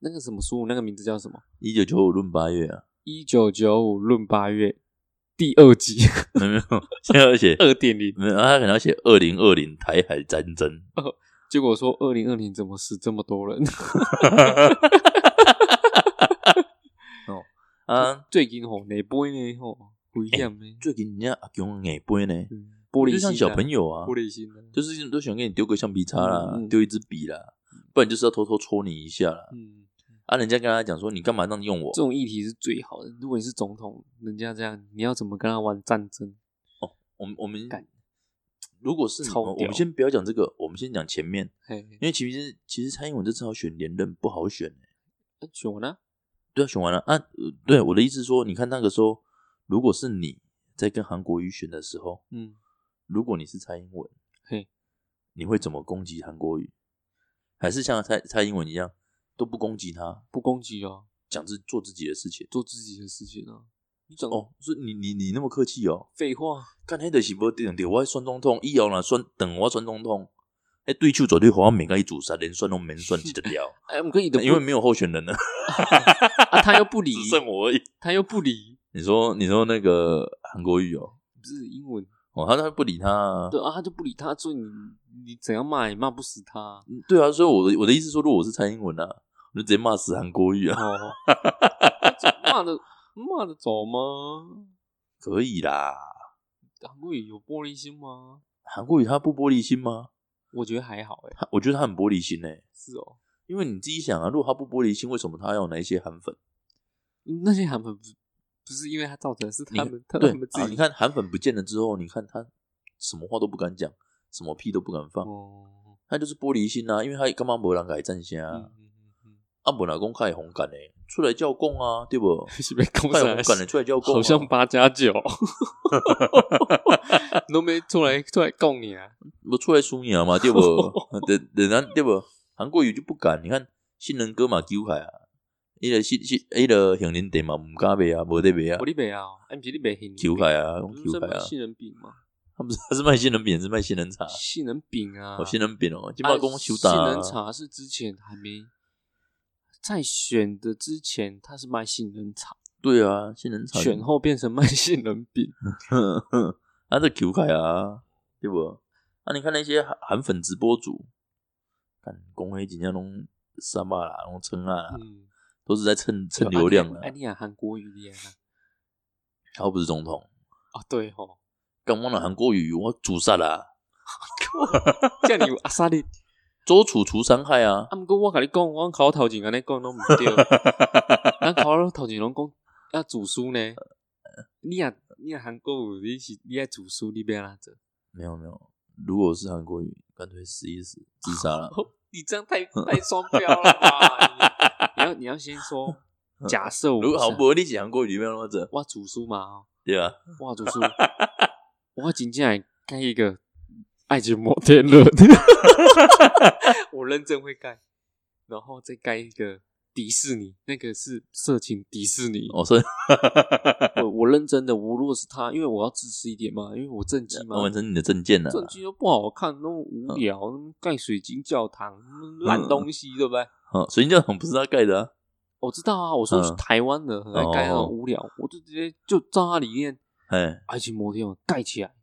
B: 那个什么书，那个名字叫什么？
A: 一九九五论八月啊，
B: 一九九五论八月第二集
A: 没有没有，现在要写
B: 二点零，
A: 没有，他可能要写二零二零台海战 争。
B: 结果说二零二零怎么死这么多人？
A: 啊，
B: 最近吼内杯呢吼危险呢，
A: 最近人家阿公硬杯呢，
B: 嗯玻璃
A: 就
B: 心
A: 像
B: 啊
A: 小朋友啊
B: 玻，璃心啊，
A: 就是都喜欢给你丢个橡皮擦啦
B: 嗯嗯，
A: 丢一支笔啦，不然就是要偷偷戳你一下啦。
B: 嗯，
A: 啊，人家跟他讲说你干嘛让你用我
B: 这？种议题是最好的。如果你是总统，人家这样，你要怎么跟他玩战争？
A: 我们我们
B: 干
A: 如果是你
B: 超
A: 我
B: 屌
A: 们先不要讲这个，我们先讲前面，
B: 嘿，
A: 因为其实其实蔡英文这次要选连任不好选，欸
B: 那选我呢？
A: 对啊，选完了啊。呃对，我的意思是说，你看那个时候，如果是你在跟韩国瑜选的时候，
B: 嗯，
A: 如果你是蔡英文，
B: 嘿，
A: 你会怎么攻击韩国瑜？还是像蔡蔡英文一样，都不攻击他，
B: 不攻击哦，
A: 讲自做自己的事情？
B: 做自己的事情啊。你讲
A: 哦，所以你你你那么客气哦？
B: 废话，
A: 干黑的是无等着我选总统，以后若选等我选总统，哎，对手绝对互我免甲伊自杀，连选拢免选一个 掉，
B: 哎，我跟你的不，
A: 因为没有候选人了，
B: 啊，他又不 理
A: 只，剩我而已。
B: 他又不理，
A: 你说你说那个韩国瑜哦，
B: 不是英文，
A: 哦，他他不理他啊，
B: 对啊，他就不理他，所以你你怎样骂也骂不死他啊。
A: 嗯对啊，所以我的我的意思说，如果我是蔡英文啊，我就直接骂死韩国瑜啊，
B: 哦，骂的骂的走吗？
A: 可以啦。
B: 韩国语有玻璃心吗？
A: 韩国瑜他不玻璃心吗？
B: 我觉得还好哎、
A: 他我觉得他很玻璃心诶、
B: 是哦，
A: 因为你自己想啊，如果他不玻璃心，为什么他要有那些 韩粉？
B: 那些韩粉不不是因为他造成，是他们他
A: 对
B: 们自
A: 啊，
B: 己、
A: 你看韩粉不见了之后，你看他什么话都不敢讲，什么屁都不敢放，
B: 哦，
A: 他就是玻璃心啊，因为他干嘛没人改站下
B: 嗯
A: 啊？
B: 嗯嗯嗯
A: 啊，本来公开红感嘞，出来叫供啊，对不？
B: 嗯， 是被攻
A: 太
B: 上
A: 红
B: 来，
A: 感了，出来叫供啊、
B: 好像八加 九，都没出来出来供你啊，
A: 我出来输赢嘛，对 不？等等，咱对不？韩国瑜就不敢，你看新人哥嘛，纠凯啊，伊个是是伊个杏仁茶嘛，毋敢卖啊，无得卖啊
B: 我，你卖啊，啊毋是你卖杏仁
A: 求
B: 饼
A: 开啊，
B: 不
A: 用
B: 是
A: 求
B: 在
A: 开
B: 嗯卖
A: 啊，
B: 杏仁饼吗？
A: 他不是他是卖杏仁饼，是卖杏仁茶，
B: 杏仁饼啊，
A: 哦，杏仁饼哦，金
B: 啊
A: 马公修打
B: 杏仁茶是之前还没在选的之前，他是卖杏仁茶，
A: 对啊，杏仁茶
B: 选后变成卖杏仁饼。
A: 哼哼， 啊，这球凯啊，对不？啊，你看那些韩韩粉直播主，看公黑真正拢三巴啦，拢撑啊啦，
B: 嗯，
A: 都是在蹭蹭流量
B: 啊
A: 啊
B: 你。哎，你啊，韩国语的啊？
A: 他又不是总统，
B: 啊，对吼，
A: 干我了韩国语，我诛杀啦，
B: 这样你有阿萨利，
A: 周楚除三害啊！
B: 啊，毋过我甲你讲，我考头前安尼讲拢毋 对，咱考头前拢讲要主书呢。你啊，你啊，韩国语你是你爱主书，你要安怎做？
A: 没有没有，如果是韩国语，干脆死一死，自杀了。
B: 你这样太太双标了吧？你要你要先说，假设我
A: 如果好
B: 是
A: 不，你是韩国语，你要怎么整？
B: 我主书嘛哦吼。
A: 对吧？
B: 哇，主叔，我真正来盖一个爱情摩 天轮，我认真会盖，然后再盖一个迪士尼，那个是色情迪士尼。
A: 我说，
B: 我我认真的，我如果是他，因为我要自私一点嘛，因为我正经嘛，
A: 完成你的啊嗯证件了。
B: 正经又不好看，那么无聊，那么盖水晶教堂烂东西，对不对？
A: 嗯，水晶教堂不是他盖的啊。
B: 我知道啊，我说是
A: 嗯哦
B: 台湾的很爱盖那种无聊，我就直接就照它里面
A: 哎，
B: 爱情摩天轮盖起来，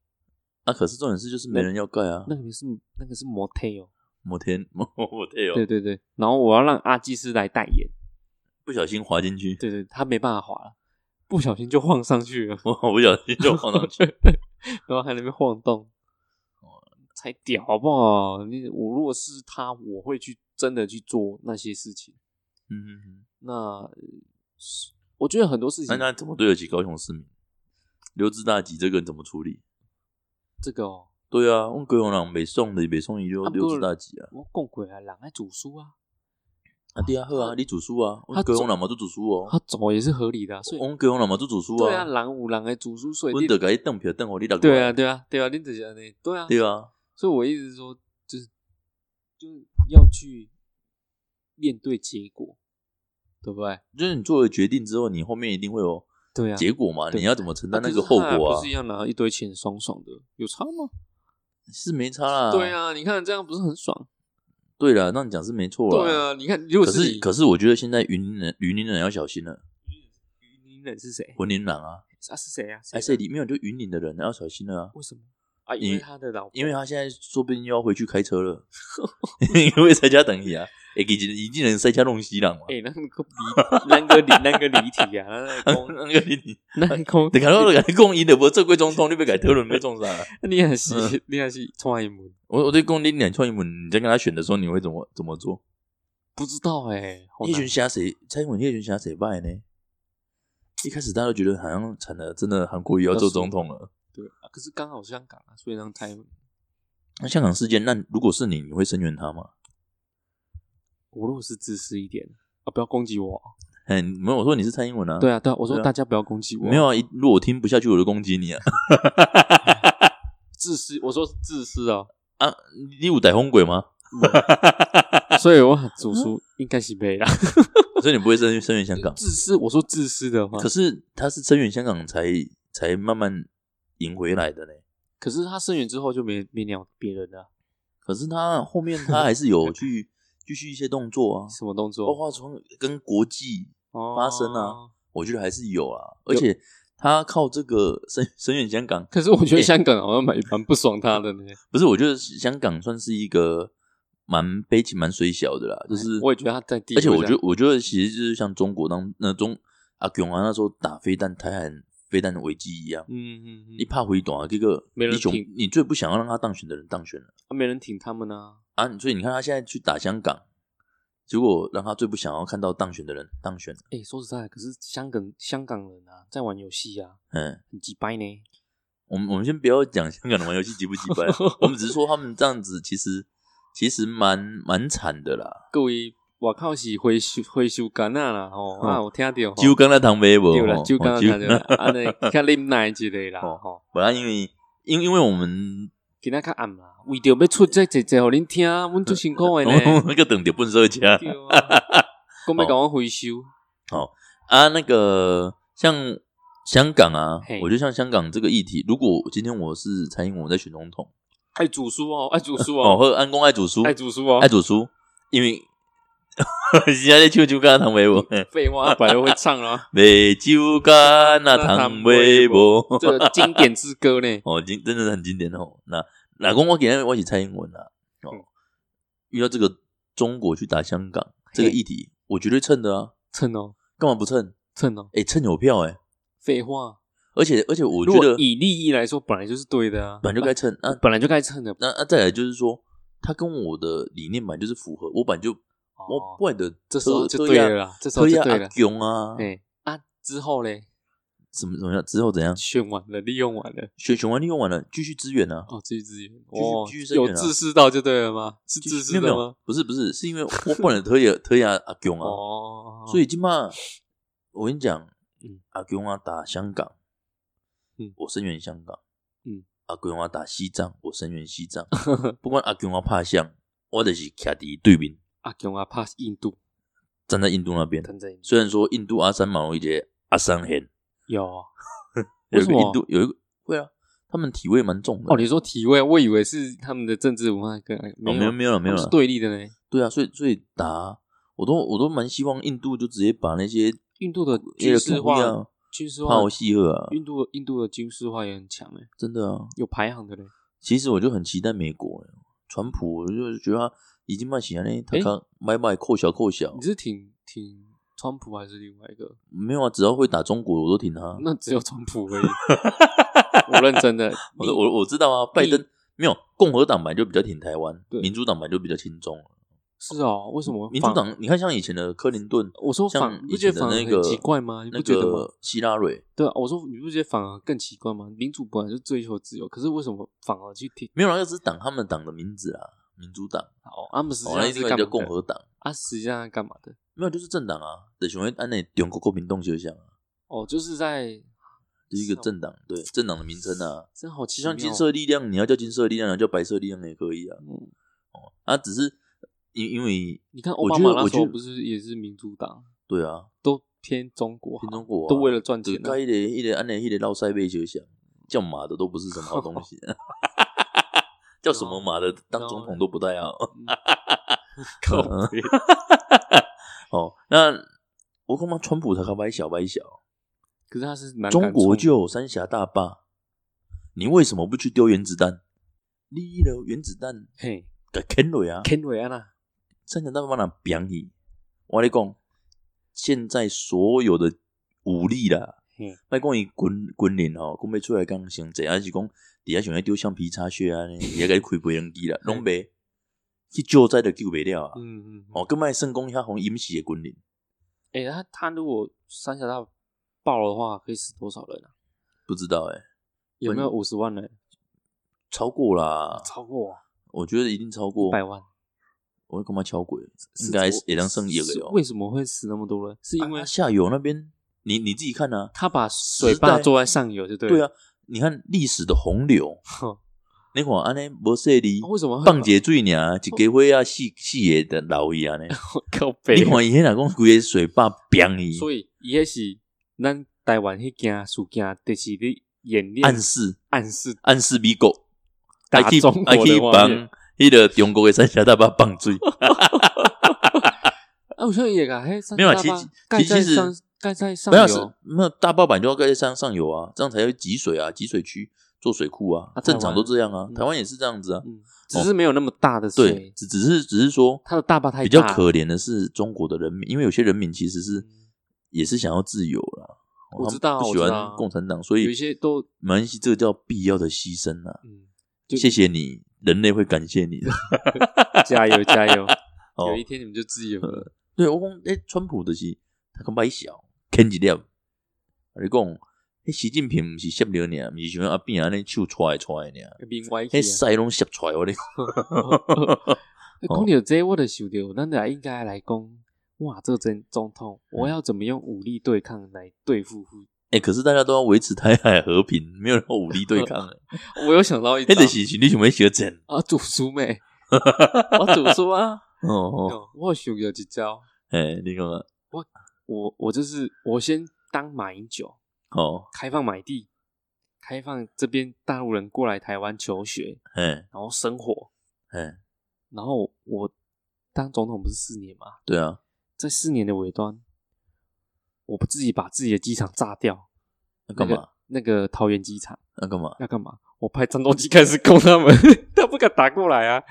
A: 啊，可是重点是就是没人要盖啊。
B: 那个是那个是 motel。
A: 摩天摩摩天
B: 对
A: 哦，
B: 对对，然后我要让阿基斯来代言，
A: 不小心滑进去，
B: 对对，他没办法滑了，不小心就晃上去了，
A: 我不小心就晃 上去。
B: 然后还在那边晃动，哦才屌好不好？你我如果是他，我会去真的去做那些事情。
A: 嗯嗯，嗯
B: 那呃是我觉得很多事
A: 那
B: 情，
A: 那怎么对得起高雄市民？刘志大吉这个人怎么处理？
B: 这个哦，
A: 对啊，问高雄人北送的北送一溜
B: 啊不
A: 刘
B: 过
A: 志大吉啊，
B: 我讲过啊，人爱煮书啊，
A: 啊对啊，好啊，你主书啊，
B: 他
A: 阮高雄人嘛做主书
B: 他
A: 哦，
B: 走也是合理的啊、所以
A: 阮高雄人嘛做主书
B: 对啊，
A: 啊，
B: 人有人的煮书，所以
A: 阮
B: 你
A: 就给伊邓票邓互你六
B: 对啊，对啊，对啊，你就是安尼，对啊，
A: 对啊，
B: 所以我一直说，就是就是要去面对结果，对不对？
A: 就是你做了决定之后，你后面一定会有
B: 对啊
A: 结果嘛，
B: 对
A: 你要怎么承担
B: 啊
A: 那
B: 可
A: 个
B: 是
A: 后
B: 他还
A: 果啊
B: 不是？一样拿一堆钱爽爽的，有差吗？
A: 是没差啦，
B: 对，啊，你看这样不是很爽？
A: 对啦，那你讲是没错啦，
B: 对啊，你看如果
A: 可是
B: 你
A: 可是我觉得现在云林人云林人要小心了，
B: 云林人是谁？
A: 云林人啊，
B: 啊是谁啊？
A: 哎，这
B: 谁啊？
A: 里面有就云林的人要小心了啊，
B: 为什么啊？因
A: 你
B: 为他的老婆
A: 因为他现在说不定又要回去开车 了， 因为在家等你啊，哎，给一进人塞家弄西人嘛，
B: 哎，那个离那个离那个离题啊，那个公
A: 那个你
B: 那个公，
A: 等下我感觉共赢的，不这贵总统你被改特伦被撞上了，
B: 你也
A: 嗯
B: 是你也是创业门，
A: 我我对共林两创意文，你在跟他选的时候你会怎么怎么做？
B: 不知道哎，好
A: 叶
B: 难
A: 群霞谁？蔡英文叶群霞谁败呢？一开始大家都觉得好像惨了，真的韩国瑜要做总统了。
B: 对啊，可是刚好香港啊，所以让台湾
A: 那香港事件，那如果是你，你会声援他吗？
B: 我如果是自私一点啊，不要攻击我。
A: 哎，没有，我说你是蔡英文啊。
B: 对啊，对啊，我
A: 对
B: 说
A: 啊
B: 大家不要攻击我。
A: 没有，啊，一如果我听不下去，我就攻击你啊！
B: 自私，我说自私啊，
A: 啊，你有逮风鬼吗？
B: 所以我很主书应该是 没啦。
A: 所以你不会声声援香 港？
B: 自私，我说自私的话，
A: 可是他是声援香港才才慢慢赢回来的呢。
B: 可是他生源之后就没没鸟别人了，
A: 可是他后面他还是有去继续一些动作啊，
B: 什么动
A: 包
B: 作
A: 括从跟国际，发生啊？
B: 哦
A: 我觉得还是有啊。而且他靠这个声声援香港，
B: 可是我觉得香港好像蛮蛮不爽他的呢，
A: 不是我觉得香港算是一个蛮悲情蛮水小的啦，就是
B: 哎我也觉得他在地位
A: 而且
B: 上，
A: 我觉得，我觉得其实就是像中国当那中阿囧啊那时候打飞弹、台海飞弹的危机一样，
B: 嗯嗯嗯
A: 你，怕回短啊，这个
B: 没人
A: 你囧
B: 挺
A: 你最不想要让他当选的人当选了
B: 啊没人挺他们啊，
A: 啊！你所以你看他现在去打香港，结果让他最不想要看到当选的人当选了，
B: 哎，说实在的，可是香港香港人啊，在玩游戏啊，
A: 嗯。
B: 很鸡掰呢，
A: 我们我们先不要讲香港的玩游戏急不急败，我们只是说他们这样子其实其实蛮蛮惨的啦。
B: 各位，我靠是回收回收干啊啦吼，
A: 嗯
B: 啊有听到吼，
A: 酒刚才糖杯不？
B: 对啦，
A: 哦
B: 酒干啊
A: 酒
B: 对啦，啊尼较啉奶一个啦
A: 哦
B: 吼，
A: 本来因为因因为我 们
B: 今仔较暗啦，为着要出这一节互恁 听，阮足辛苦的呢，
A: 那个等着笨手车。
B: 对啊，讲要甲阮回收，
A: 啊，那个像香港啊
B: 嘿，
A: 我觉得像香港这个议题，如果今天我是蔡英文我在选总统，
B: 爱煮书哦，爱煮书
A: 哦，
B: 哦，
A: 和安公爱主书，
B: 爱煮书哦，
A: 爱主书，因为 现在在唱酒干那汤微博，，
B: 废话，本来就会唱啊
A: 美酒干那汤微 博，
B: 这个经典之歌呢，
A: 哦，经真的是很经典哦。那哪公我给他我一起蔡英文啊，
B: 嗯
A: 哦，遇到这个中国去打香港这个
B: 嘿
A: 议题，我绝对蹭的啊，
B: 蹭哦，
A: 干嘛不蹭？
B: 蹭哦，
A: 哎、蹭有票哎、
B: 废话。
A: 而且而且我
B: 如
A: 觉
B: 果
A: 得
B: 以利益来说，本来就是对的啊，
A: 本来就该蹭啊，
B: 本来就该蹭的。
A: 那、啊、再来就是说，他跟我的理念本来就是符合，我本来就、我
B: 哦
A: 不然的
B: 这时候就
A: 对
B: 对了啦，这时候
A: 特
B: 就
A: 亚
B: 对
A: 啊阿
B: 了。
A: 勇啊，
B: 哎啊，之后嘞，
A: 怎么怎么样？之后怎样？
B: 选完了，利用完了，
A: 选选完利用完了，继续支援啊。
B: 哦，继续支援，
A: 继续
B: 哦
A: 继续，增援
B: 有
A: 啊
B: 自私到就对了吗？是
A: 继
B: 自
A: 续
B: 私
A: 没有没
B: 的
A: 有
B: 吗？，
A: 不是不是，是因为 我本来特亚特亚阿勇啊，
B: 哦，
A: 所以今嘛，我跟你讲
B: 嗯，
A: 阿勇啊打香港，
B: 嗯
A: 我声援香港，
B: 嗯，
A: 阿勇啊打西藏，我声援西 藏，不管阿勇啊怕像，我就是徛伫对面，
B: 阿强啊，怕印度，
A: 站在印度 那边。
B: 等着
A: 虽然说印度阿三毛一节阿三黑。
B: 有啊
A: 有
B: 为
A: 一
B: 什
A: 个
B: 么
A: 印度有一个会啊，他们体味蛮重的。
B: 哦，你说体位，我以为是他们的政治文化跟
A: 哦
B: 没
A: 没有没有了没有
B: 他们是
A: 了，
B: 对立的呢。
A: 对啊，所以所以打我都我都蛮希望印度就直接把那些
B: 印度的
A: 那个
B: 军事
A: 统一
B: 化
A: 啊，
B: 军事化
A: 帕，欧西赫啊，
B: 印度印度的军事化也很强诶，
A: 真的啊。
B: 有排行的嘞。
A: 其实我就很期待美国了川普，我就觉得他已经蛮喜欢那他
B: 诶
A: 刚买买扣小扣小
B: 你，是挺挺川普还是另外一个？
A: 没有啊，只要会打中国我都挺他。
B: 那只有川普 而已。我认真的，
A: 哦我我我知道啊，拜登没有共和党本来就比较挺台湾，
B: 对
A: 民主党本来就比较轻松了。
B: 是哦，为什么
A: 民主
B: 反？
A: 党你看像以前的克林顿，
B: 我说
A: 像
B: 反，你不
A: 以
B: 觉
A: 前的
B: 得反而
A: 那
B: 很
A: 个
B: 奇怪吗？你
A: 那
B: 不觉得吗
A: 个？希拉蕊，
B: 对啊，我说你不觉得反而更奇怪吗？民主本来就追求自由，可是为什么反而去挺？
A: 没有啦，啊那只是党他们党的名字啦，民主党，
B: 哦，他们实际
A: 哦，那
B: 上
A: 另
B: 是
A: 外
B: 干
A: 叫
B: 嘛的？
A: 共和党，
B: 啊，实际上在干嘛的？
A: 没有就是政党啊，对，想要按那中国国民党就像啊，
B: 哦，就是在
A: 就是一个
B: 是哦
A: 政党，对，政党的名称啊，
B: 真好奇
A: 就
B: 妙哦，
A: 像金色力量，你要叫金色力量，你要叫白色力量也可以啊，
B: 嗯
A: 哦，啊，只是因因为
B: 你看奥
A: 我
B: 巴
A: 觉
B: 马
A: 得
B: 那
A: 我
B: 时
A: 觉
B: 候
A: 得
B: 不是也是民主党，
A: 对啊，
B: 都偏中国好，
A: 新中国啊
B: 都为了赚
A: 这
B: 钱啊
A: 个一点一点按那一点绕塞贝就像叫马的都不是什么好东 西。叫什么马的当总统都不带好。
B: 靠
A: 嗯
B: 北
A: 哦，那我恐怕川普才开白小白小，
B: 可是他是蛮
A: 中
B: 敢
A: 国
B: 冲
A: 就有三峡大坝，你为什么不去丢原子弹？你了原子弹
B: 嘿
A: 给坑了啊！
B: Ken 维安啊，
A: 三峡大坝哪扁你？我跟你讲，现在所有的武力啦
B: 嘿，
A: 莫讲伊军军人吼，讲要出来讲成这，还是讲底下想要丢橡皮擦屑啊，呢，也该开无人机啦，拢袂去救灾都救袂了啊！
B: 嗯嗯，嗯，
A: 哦，更莫算讲遐红淹死的军人，
B: 哎，他他如果三峡大爆的话，可以死多少人啊？
A: 不知道诶、欸
B: 有没有五十万人？
A: 超过啊啦，
B: 超过
A: 我觉得一定超过
B: 百万，
A: 我干嘛敲鬼？
B: 是
A: 应该
B: 怎么
A: 也当剩一个
B: 是
A: 哟。
B: 为什么会死那么多人？是因为
A: 啊下游那边，你你自己看啊，
B: 他把水
A: 时代
B: 坝做在上游，就对
A: 对
B: 了。
A: 啊，你看历史的洪流，
B: 哼
A: 你看安尼无势力，
B: 为什么会
A: 放一个水尔，一家伙啊，四四个的老伊安 尼。
B: 靠北
A: 你
B: 啊？
A: 看伊迄若讲规个水坝扁伊，
B: 所以伊迄是咱台湾迄件事件，就是咧演练
A: 暗示
B: 暗示
A: 暗示美国，啊
B: 打
A: 去
B: 中国
A: 爱去
B: 的画面
A: 帮
B: 哦
A: 迄个中国的三峡大坝放水，
B: 啊，我觉得也噶，嘿，三
A: 没有啊
B: 大
A: 其
B: 坝
A: 其
B: 盖在
A: 其实
B: 上盖在上
A: 不要是
B: 游，
A: 没有大坝板就要盖在山上游啊，这样才会集水啊，集水区做水库啊
B: 啊，
A: 正常
B: 台湾
A: 都这样啊
B: 嗯，
A: 台湾也是这样子啊。
B: 嗯，只是没有那么大的
A: 对
B: 水，，
A: 只只是只是说，
B: 它的大坝太大
A: 比较可怜的是中国的人民，因为有些人民其实是
B: 嗯
A: 也是想要自由啦，哦
B: 我
A: 他
B: 知
A: 们
B: 道
A: 不
B: 我
A: 喜
B: 知道
A: 欢共产党，所以
B: 有一些都
A: 没关系，这个叫必要的牺牲啊。
B: 嗯，就
A: 谢谢你，人类会感谢 你的。
B: 加油加油，
A: 哦
B: 有，一天你们就自由 了。
A: 对我讲，哎，川普的是他跟白小啃一粒，啊你讲，迄习近平不是吸了你，不是像阿扁安尼手揣揣你，
B: 另外一个
A: 迄，屎拢吸出来我咧。
B: 哎
A: 哦
B: 讲到这我就想到，咱俩应该来讲，哇，这真总统，
A: 嗯
B: 我要怎么用武力对抗来对付？
A: 哎，可是大家都要维持台海和平，没有人要武力对抗。 哎
B: 我有想到一
A: 迄
B: 招
A: 就。是是你想要学整。
B: 啊，煮 书妹，我煮书啊，
A: 哦哦，
B: 哦我有想到一招，
A: 哎，你讲啊，
B: 我我我就是我先当马英九，
A: 哦，
B: 开放买地，开放这边大陆人过来台湾求学，
A: 嘿，
B: 然后生活，
A: 嘿，
B: 然后我当总统不是四年嘛，
A: 对啊，
B: 在四年的尾端，我不自己把自己的机场炸掉，
A: 那干嘛？
B: 那个桃园机场
A: 那干嘛？
B: 要干嘛？我派战斗机开始攻他们， 他不敢打过来啊！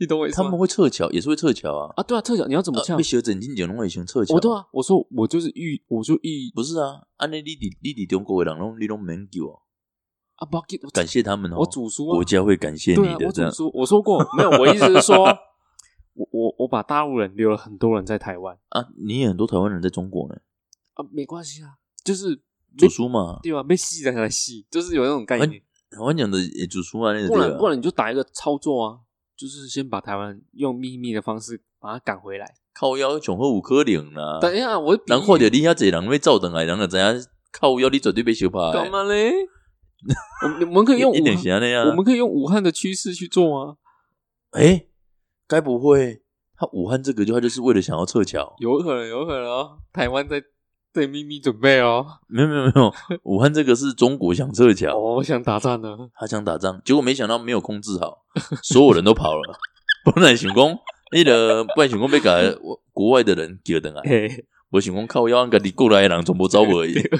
B: 你懂我意思
A: 他
B: 吗？
A: 们会撤侨，也是会撤侨啊。
B: 啊，对啊，特讲你要怎么
A: 啊
B: 呛？
A: 被学整进简龙以前撤侨，
B: 我对啊，我说我就是预，我就预
A: 不是啊，安尼你伫你伫中国的人拢你拢免救哦，
B: 啊，不要紧我
A: 感谢他们哦，
B: 我主书啊，
A: 国家会感谢你
B: 对啊，
A: 的，
B: 我
A: 这
B: 主
A: 样
B: 书我说过没有？我意思是说，我我我把大陆人留了很多人在台湾
A: 啊，你也很多台湾人在中国呢，
B: 啊，没关系啊，就是
A: 主书嘛，
B: 对吧？被戏才来戏，就是有那种概
A: 哎
B: 念，
A: 台湾讲的也主书啊，那个
B: 不然
A: 对
B: 不
A: 啊，
B: 然你就打一个操作啊，就是先把台湾用秘密的方式把它赶回来。
A: 靠腰穷喝五颗零啦，
B: 等一下，我
A: 啊然后就你遐侪人要走等来，人就知影靠腰你绝对被相拍的，
B: 干 嘛嘞？我们我们可以用
A: 一
B: 武
A: 点
B: 汉，
A: 像那啊样
B: 我，们可以用武汉的趋势去做啊，
A: 哎，该不会他武汉这个就他就是为了想要撤侨？
B: 有可能，有可能哦，台湾在对秘密准备哦，
A: 没有没有没有，武汉这个是中国想撤侨，
B: 哦，想打仗呢，
A: 他想打仗，结果没想到没有控制好，所有人都跑了。本来想讲，那个本来想讲被个国外的人叫等来，
B: 嘿，
A: 我想讲靠腰，个你过来的人全部走无去。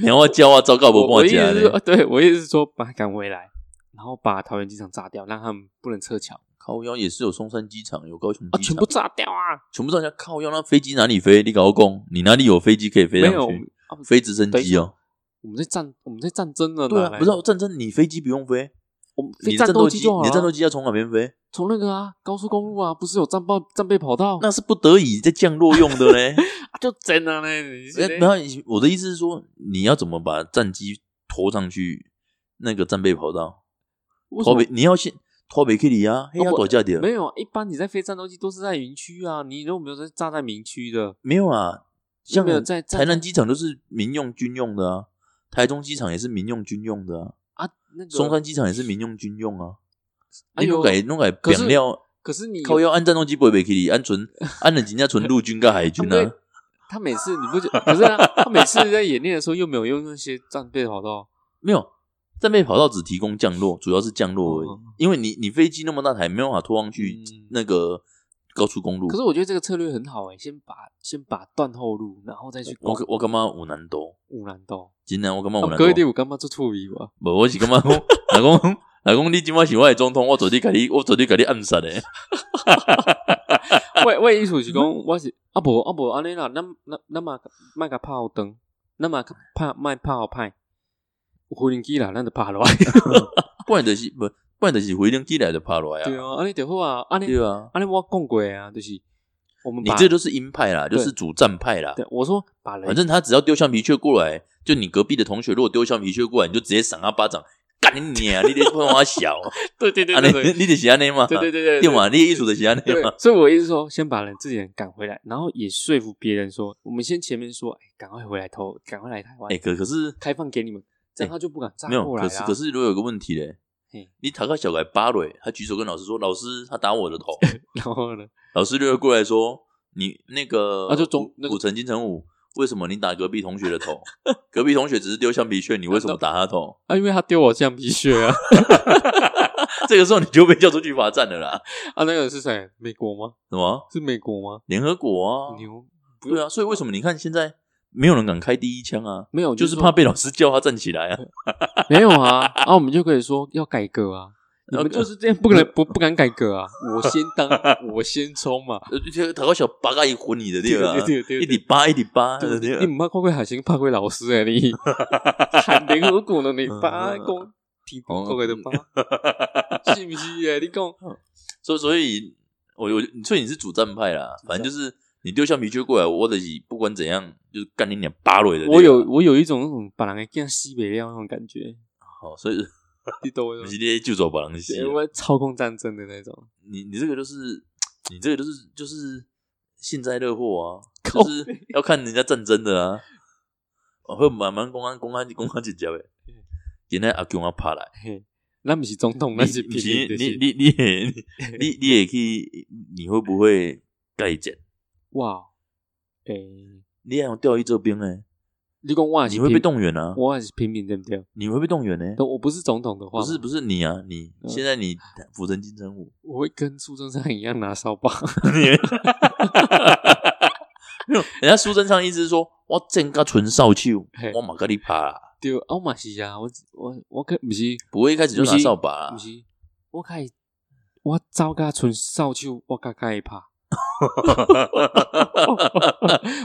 A: 你要我教哦我糟糕
B: 我
A: 无
B: 我
A: 半
B: 意思
A: 家
B: 是说，
A: 呢？
B: 对我意思是说，把它赶回来，然后把桃园机场炸掉，让他们不能撤侨
A: 靠腰也是有松山机场，有高雄
B: 啊，
A: 机
B: 全
A: 场，
B: 部炸掉啊，
A: 全部让人家靠腰。那飞机哪里飞？你搞工，你哪里有飞机可以飞
B: 没
A: 上
B: 有我
A: 去
B: 们？啊，
A: 飞直升机哦，
B: 我们在战，我们在战争呢，
A: 对
B: 哪
A: 啊，
B: 来
A: 不是啊战争，你飞机不用飞，
B: 我们
A: 你
B: 飞
A: 的
B: 战
A: 战斗
B: 机
A: 机，
B: 就好啊
A: 你的战斗
B: 了，
A: 机要从哪边飞？
B: 从那个啊高速公路啊，不是有战报战备跑道，
A: 那是不得已在降落用的嘞。
B: 啊就真的嘞，你是
A: 哎
B: 嘞
A: 然后你我的意思是说，你要怎么把战机拖上去那个战备跑道？
B: 为什
A: 拖
B: 么
A: 北，你要先拖北克里啊，黑压
B: 不
A: 躲架点
B: 没有，啊，一般你在飞战斗机都是在营区啊，你如果没有在炸在民区的，
A: 没有啊？像
B: 没有在在
A: 台南机场都是民用军用的啊，台中机场也是民用军用的啊，
B: 啊，那个
A: 松山机场也是民用军用啊。
B: 哎
A: 你
B: 呦
A: 弄改弄改
B: 可是
A: 扁料，
B: 可是你
A: 靠要按战斗机不会北克里，按 纯按了人家纯陆军跟海
B: 他
A: 军
B: 们
A: 啊
B: 在。他每次你不觉可是啊，他每次在演练的时候又没有用那些战备 跑道，
A: 没有，战备跑道只提供降落，主要是降落而已。
B: 哦
A: 因为你你飞机那么大台，没有办法拖上去
B: 嗯
A: 那个高速公路。
B: 可是我觉得这个策略很好哎、先把先把断后路，然后再去
A: 我
B: 攻
A: 我干嘛有难度？
B: 乌兰道。
A: 真的，我干嘛有
B: 啊
A: 难
B: 哥一点
A: 度？
B: 我干嘛做处理吧？
A: 无，我是干嘛？ 老公，老公，你今晚是我的总统，我绝对给你，我绝对给你暗杀的。
B: 我我的意思 是讲，我是啊无啊无安尼啦，咱咱咱嘛卖个炮灯，咱嘛拍卖炮派，有无人机啦，咱就拍落 来。
A: 不然就是不，不然就是回零机来就趴落来
B: 对
A: 啊。
B: 啊，安尼就好啊，安尼
A: 对啊，
B: 安尼我讲过啊，就是我们
A: 你
B: 把
A: 这都是鹰派啦，就是主战派啦。
B: 对我说把人
A: 反正他只要丢橡皮屑过来，就你隔壁的同学如果丢橡皮屑过来，你就直接赏他巴掌，干你娘！你得碰我小，
B: 对 对对
A: 啊，
B: 对
A: 你
B: 对
A: 你得是安尼嘛？
B: 对对对
A: 对嘛，你的意思就是安尼
B: 对
A: 嘛，，
B: 所以我意思说，先把人自己人赶回来，然后也说服别人说，我们先前面说，哎，赶快回来投，赶快来台 湾，
A: 哎、可可是
B: 开放给你们，这样他就不敢炸
A: 没有，
B: 过来啊
A: 可
B: 啦。
A: 是可是如果有个问题嘞
B: 嘿，
A: 你塔克小孩扒蕊，他举手跟老师说，老师他打我的头，
B: 然后呢，
A: 老师就会过来说，你那个
B: 啊就中那个
A: 古城金城武，为什么你打隔壁同学的头？隔壁同学只是丢橡皮屑，你为什么打他头？
B: 啊，因为他丢我橡皮屑啊，
A: 这个时候你就被叫出去罚站了啦，
B: 啊，那个人是谁？美国吗？
A: 什么
B: 是美国吗？
A: 联合国啊？
B: 牛不
A: 对啊，所以为什么你看现在没有人敢开第一枪啊？
B: 没有，
A: 就是是
B: 说
A: 怕被老师叫他站起来啊！
B: 没有啊，啊，我们就可以说要改革啊。你
A: 哦呃
B: 们就是这样，不可能不不敢改革啊！我先 当，我先冲嘛！
A: 呃这个塔克小八嘎一混你的 对吧？
B: 对对对对
A: 一滴八一滴八，
B: 对不
A: 啊对
B: 对？
A: 吧
B: 你唔怕看过海星，怕过老师诶、欸你喊联合国的你爸
A: 嗯
B: 讲提国个的爸，是不是诶、你讲
A: 所以所以，我我所以你是主战派啦，反正就是你丢橡皮屑过来，我的不管怎样，就是干你点扒落的。
B: 我有，我有一种那种把人给像西北料那种感觉，
A: 好、哦所以
B: 你懂我意
A: 不
B: 思
A: 是
B: 吗？
A: 那些就走把人西
B: 对，。我操控战争的那种，
A: 你你这个就是，你这个就是就是幸灾乐祸啊，
B: 靠
A: 就是要看人家战争的啊。我会慢慢公安公安公安姐姐呗
B: 嗯，
A: 今天阿强啊拍来，
B: 嘿，那不是总统，那
A: 你
B: 是
A: 不
B: 平
A: 是
B: 民的
A: 你
B: 是
A: 你你也你你也可以，你会不会改正？
B: 哇，诶、
A: 你也要调去这边呢，
B: 欸你讲我也
A: 你
B: 是
A: 会被
B: 平，
A: 动员啊，
B: 我也是平民对不对？
A: 你会被动员呢。
B: 但我不是总统的话，
A: 不是不
B: 是，
A: 是你啊，你
B: 嗯
A: 现在你府城金城武，
B: 我会跟苏贞昌一样拿扫把。
A: 没有人家苏贞昌意思是说，我真个纯少秋
B: 嘿，
A: 我马格里怕啦，
B: 对，啊，我嘛是啊，我我我可不是
A: 不会一开始就拿
B: 不是
A: 扫把啦
B: 不，是，啊我开我走甲纯扫帚，我甲甲会拍，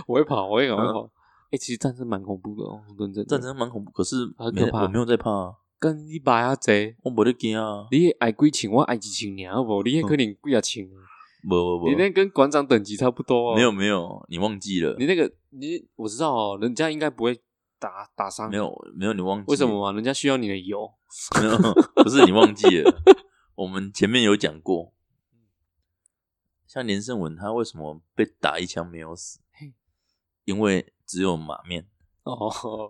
B: 我会跑，我会赶快跑。哎、其实战争蛮恐怖的哦，认真的
A: 嗯战争蛮恐怖，可是
B: 很
A: 没
B: 可怕
A: 我没有在怕啊，
B: 跟你爸遐济，
A: 我没得惊啊，
B: 你的爱几千，我爱几千尔，无你迄可能几啊千，
A: 不不不
B: 你，那跟馆长等级差不多、
A: 嗯
B: 哦。
A: 没有，没有，你忘记了
B: 你，那个你我知道哦，人家应该不会打打伤，
A: 没有没有，你忘记
B: 为什么？啊嘛？人家需要你的油，
A: 没有， 不是你忘记了，我们前面有讲过，像连胜文他为什么被打一枪没有死
B: 嘿？
A: 因为只有马面
B: 哦，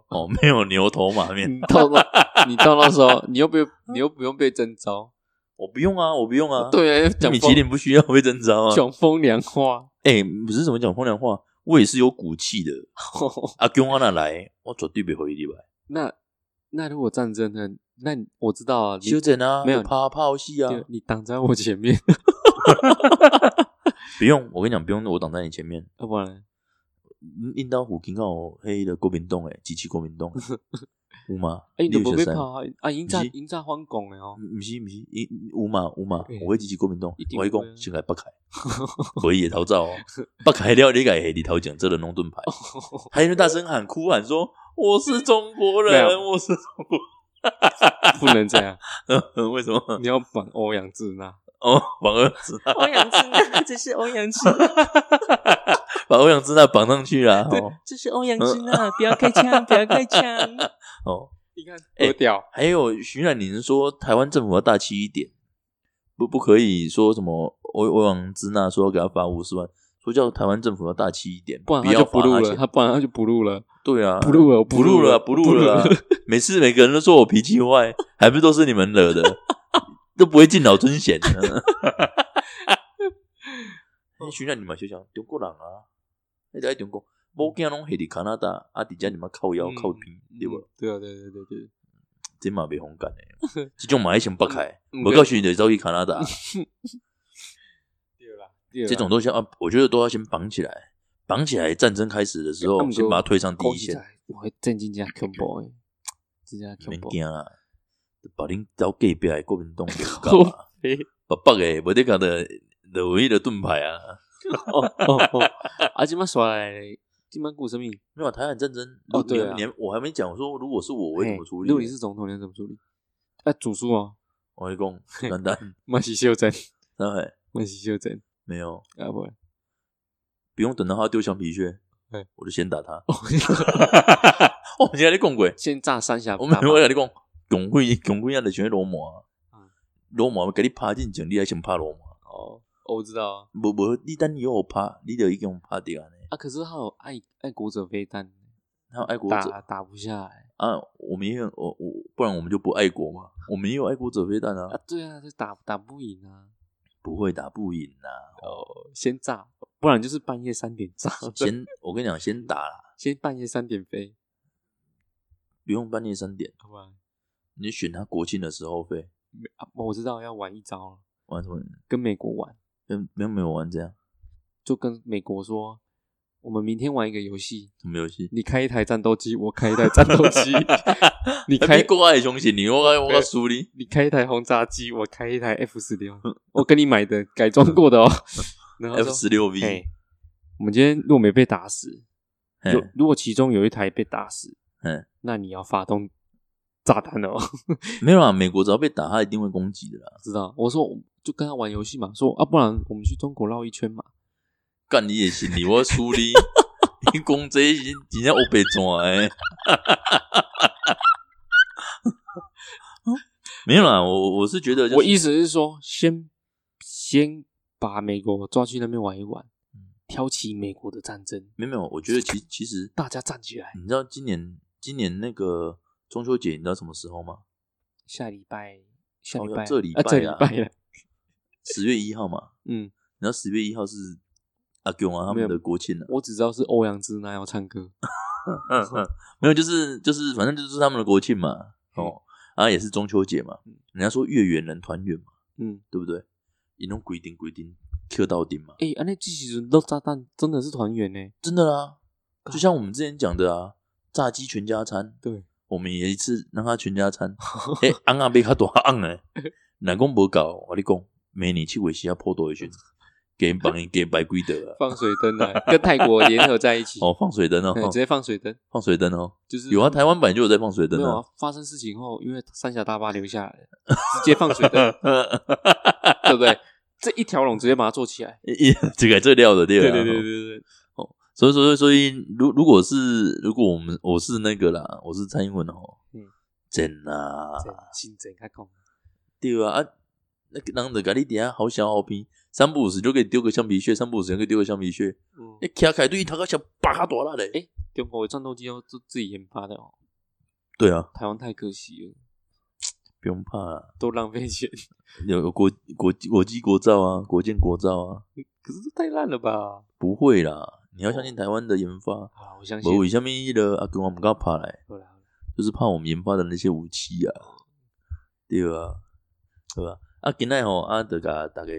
A: 哦，没有牛头马面，
B: 你到那，你到那时候，你又 不用，你又不用被征召。
A: 我不用啊，我不用啊，
B: 对啊，讲
A: 米
B: 风
A: 其林不需要被征召啊。
B: 讲风凉话，
A: 哎、不是怎么讲风凉话，我也是有骨气 的。阿公阿那来，我绝对不会你吧。
B: 那那如果战争呢？那你我知道啊，你
A: 修整啊，
B: 没有
A: 怕怕戏啊，
B: 对你挡在我 前面，
A: 不用。我跟你讲，不用，我挡在你前面。
B: 要不然
A: 印到虎警告黑的国民党诶，机器国民党 诶，有吗？
B: 哎，你
A: 有
B: 都不被
A: 学生
B: 怕啊？啊，赢炸
A: 不是
B: 赢炸反攻的哦，
A: 唔是唔是，伊有嘛有嘛
B: 对，
A: 我会支持国民党
B: 一。定
A: 我
B: 会
A: 会
B: 啊
A: 讲先来北 凯，我也逃走哦。北凯了，你改里头讲这个弄盾 牌，还有人大声喊哭喊说我是中国
B: 没
A: 人，
B: 有
A: 我是 中国
B: 不能这样，
A: 人。为什么？
B: 你要绑欧阳自那，
A: 哦，绑 儿子，
B: 欧阳 自那，这是欧阳自，
A: 把欧阳之那绑上去啦。哦
B: 这是欧阳
A: 之
B: 那，不要开枪，不要开枪。
A: 哦，
B: 你看，
A: 哎
B: 多屌，
A: 还有徐冉宁说台湾政府要大气一点，不不可以说什么欧欧阳之那说要给他罚五十万，说叫台湾政府要大气一点，
B: 不然他
A: 要
B: 就
A: 罚
B: 不录了，
A: 钱
B: 他不然他就不录了，
A: 对啊，
B: 不录了，
A: 不录了，不录了啊。每次每个人都说我脾气坏，还不都是你们惹的， 都不会敬老尊贤的。 你去那你嘛就想中国人啊，你在中国，某囝拢系伫加拿大，啊，伫遮你妈靠腰
B: 嗯
A: 靠边，对无？？
B: 对啊，对对对对，
A: 这嘛袂红感 诶，这种嘛要先北开，
B: 嗯
A: 我告诉你，就走去加拿大，
B: 对啦， 对啦
A: 这种东西啊，我觉得都要先绑起来，绑起来，战争开始的时候
B: 啊不过
A: 先把它推上第
B: 讲
A: 一
B: 实
A: 线，
B: 在，我会震惊加 combo 哎，真加
A: 免
B: combo。
A: 惊啊，把恁到隔壁的国民党给搞 啊。北北诶，无得讲的，就唯一的盾牌啊。
B: 哦哦哦！啊，今麦耍来，今麦顾什么？
A: 没有台海战争，
B: 哦
A: 如
B: 对啊
A: 你还我还没讲，我说如果是我，我会怎么处理？
B: 如果你是总统，你要怎么处理？啊，主诉啊，
A: 我会讲简单，
B: 嘛是修正，
A: 上海
B: 嘛是修正，
A: 没有，
B: 啊不然，
A: 不用等到他丢橡皮屑
B: 嘿，
A: 我就先打他。哦
B: 哦
A: 我们现在讲过，
B: 先炸三峡
A: 我
B: 大
A: 们
B: 坝，
A: 我跟你讲，共会共会啊，就全罗马
B: 嗯，
A: 罗马给你拍进前，你还先拍罗马，
B: 哦，哦我知道啊。
A: 无无，你等以后拍，你就已经拍掉安尼。
B: 啊，可是他有爱爱国者飞弹，
A: 还有爱国者
B: 打打不下来
A: 啊，我们也有我我，不然我们就不爱国嘛，我们也有爱国者飞弹啊
B: 啊。，对啊，就打打不赢啊。
A: 不会打不赢啊呐、
B: 哦，先炸，不然就是半夜三点炸，
A: 先我跟你讲，先打啦，
B: 先半夜三点飞，
A: 不用半夜三点，
B: 好吧？
A: 你选他国庆的时候费
B: 啊，我知道要玩一招了，
A: 玩什么？
B: 跟美国玩，
A: 嗯，没有没有玩这样
B: 就跟美国说，我们明天玩一个游戏，
A: 什么游戏？
B: 你开一台战斗机，我开一台战斗机， 你
A: 还
B: 开
A: 比国外的雄险，你我 我我输你，
B: 你开一台轰炸机，我开一台 F 十六，我跟你买的改装过的 哦。然后
A: 嗯 F 十六 V，
B: 哎，我们今天如果没被打死，
A: 嘿
B: 有如果其中有一台被打死，
A: 嗯，
B: 那你要发动炸弹哦。
A: 没有啊，美国只要被打，他一定会攻击的啦。
B: 知道？我说我就跟他玩游戏嘛，说啊，不然我们去中国绕一圈嘛。
A: 干你也行，你我输 你，你攻这些人家我被抓哎。 没有啦，我我是觉得、就是，
B: 我意思是说，先先把美国抓去那边玩一玩，
A: 嗯
B: 挑起美国的战争，
A: 没有没有，我觉得其其实
B: 大家站起来。
A: 你知道今年今年那个中秋节，你知道什么时候吗？
B: 下礼拜，下
A: 哦
B: 礼
A: 要
B: 拜，
A: 这礼
B: 啊
A: 拜
B: 这礼
A: 啊
B: 拜了，
A: 十月一号嘛。
B: 嗯，
A: 然后十月一号是阿囧啊他
B: 没
A: 们
B: 有
A: 的国庆啊，
B: 我只知道是欧阳之那要唱歌，
A: 嗯嗯， 没有，就是就是，反正就是他们的国庆嘛，
B: 嗯
A: 哦，然后也是中秋节嘛，人家说月圆人团圆嘛，
B: 嗯，
A: 对不对？一弄规定规定 Q 到顶嘛，
B: 哎、安尼这时阵肉炸弹真的是团圆呢，
A: 真的啦，就像我们之前讲的啊，炸鸡全家餐，
B: 对，
A: 我们也一次让他全家 餐，哎、欸，昂啊被他多昂哎，哪公无搞，我跟你讲，明年七月时啊破多一 群，给帮你给白规德啊，
B: 放水灯啊，跟泰国联合在一起，
A: 哦，放水灯哦
B: 嘿，直接放水灯，
A: 放水灯哦，
B: 就是
A: 有啊，台湾版就有在放水灯
B: 没有
A: 啊，
B: 啊，发生事情后，因为三峡大坝留下来了，直接放水灯，啊 对不对？这一条龙直接把它做起来，
A: 这个这料的对
B: 对
A: 啊
B: 对对对对，
A: 所以，所以，所以，如如果是如果我们我是那个啦，我是蔡英文哦，
B: 嗯，
A: 真啊，
B: 真新真开讲，
A: 对啊，啊，那个人的咖喱底下好小好拼，三不五时就给丢个橡皮屑，三不五时就给丢个橡皮屑，
B: 嗯，
A: 你卡凯对他个小巴哈多拉嘞，
B: 诶中国的战斗机要自自己研发的哦，
A: 对啊，
B: 台湾太可惜了，
A: 不用怕啊、
B: 都浪费钱，
A: 有有国国国际国造啊，国建国造啊，
B: 可是这太烂了吧？
A: 不会啦，你要相信台湾的研发，
B: 啊，我相信
A: 我，为什么的啊跟我们刚怕来？
B: 好啦好啦
A: 就是怕我们研发的那些武器啊，对啊，对吧、啊？啊，今天吼啊，大家大家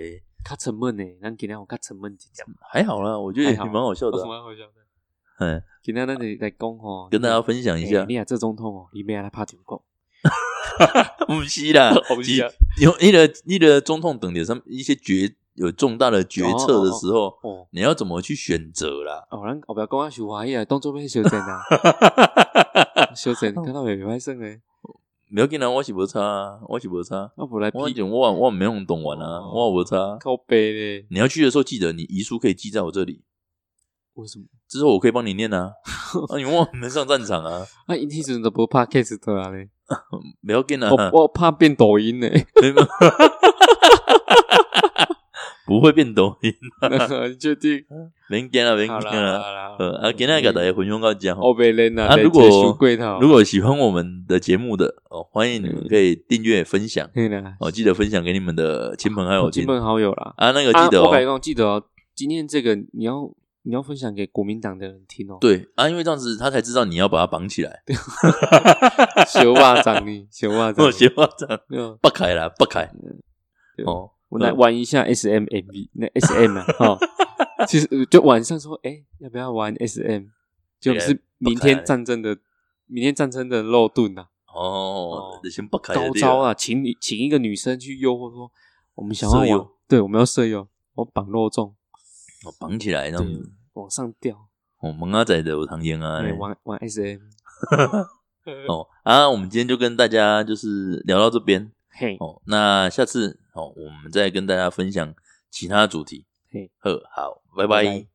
B: 较沉闷呢，咱今天有较沉闷一点，
A: 还好啦，我觉得也
B: 还好
A: 蛮好笑的、啊，
B: 蛮好笑的。
A: 嗯，
B: 今天咱得来讲吼，
A: 跟大家分享一下
B: 诶。你啊，这总统哦，你不要来拍中国，，
A: 不是啦
B: 不是啊
A: 你，有你的你的总统等点上一些决有重大的决策的时候，
B: 哦。
A: 你要怎么去选择啦？
B: 哦，咱后壁讲啊，是华裔啊，当做咩小整 啊，小整，看到袂袂歹耍呢。
A: 不要紧啦，我是无差啊，我是无差，
B: 啊，无来
A: 我
B: 批
A: 讲我我没用懂完啊，
B: 哦
A: 我无差。
B: 靠背咧，
A: 你要去的时候，记得你遗书可以寄在我这里，
B: 为什么？
A: 之后我可以帮你念 啊。啊，你我们上战场啊，
B: 啊，因迄阵都无拍 case 倒 啊咧，
A: 不要紧啊。
B: 哦我我怕变抖音呢，
A: 没有，不会变 抖音，
B: 你确 定？
A: 免惊啦，免
B: 好
A: 惊
B: 啦
A: 啦。
B: 好啦，
A: 呃，啊，今天给大家分享到这吼。
B: 我被人啊，
A: 啊如果
B: 贵头，
A: 如果喜欢我们的节目的哦，欢迎你
B: 嗯
A: 们可以订阅分享
B: 嘿啦，
A: 哦，记得分享给你们的亲朋好友
B: 亲
A: 听
B: 朋好友啦，
A: 啊。那个
B: 啊
A: 哦记得
B: 我跟你
A: 哦，
B: 讲，记得哦，今天这个你要你要分享给国民党的人听哦，，
A: 对啊，因为这样子他才知道你要把他绑起来。
B: 小袜长你，小袜长
A: 我
B: 你，
A: 斜话长
B: 对啊嗯
A: 不开啦，不开
B: 对
A: 哦，
B: 我来
A: 嗯
B: 玩一下 S M M V，那 S M 啊，哈、 其实呃就晚上说，哎、要不要玩 S M？就
A: 也
B: 不是
A: 哎
B: 明
A: 不可能
B: 天战争的，明天战争的肉盾啊，
A: 哦，先不开
B: 高
A: 就对了
B: 招啊，请你请一个女生去诱惑说，我们想要
A: 色
B: 玩
A: 诱，
B: 对，我们要色诱，我绑肉粽，
A: 哦绑起来这样
B: 对
A: 子。，
B: 往上吊，
A: 哦，萌阿仔的有糖烟啊，
B: 对，玩玩 S M，
A: 哦啊，我们今天就跟大家就是聊到这边
B: 嘿，
A: 哦。那下次哦，我们再跟大家分享其他主题
B: 嘿。
A: 呵，好，拜
B: 拜
A: 拜
B: 拜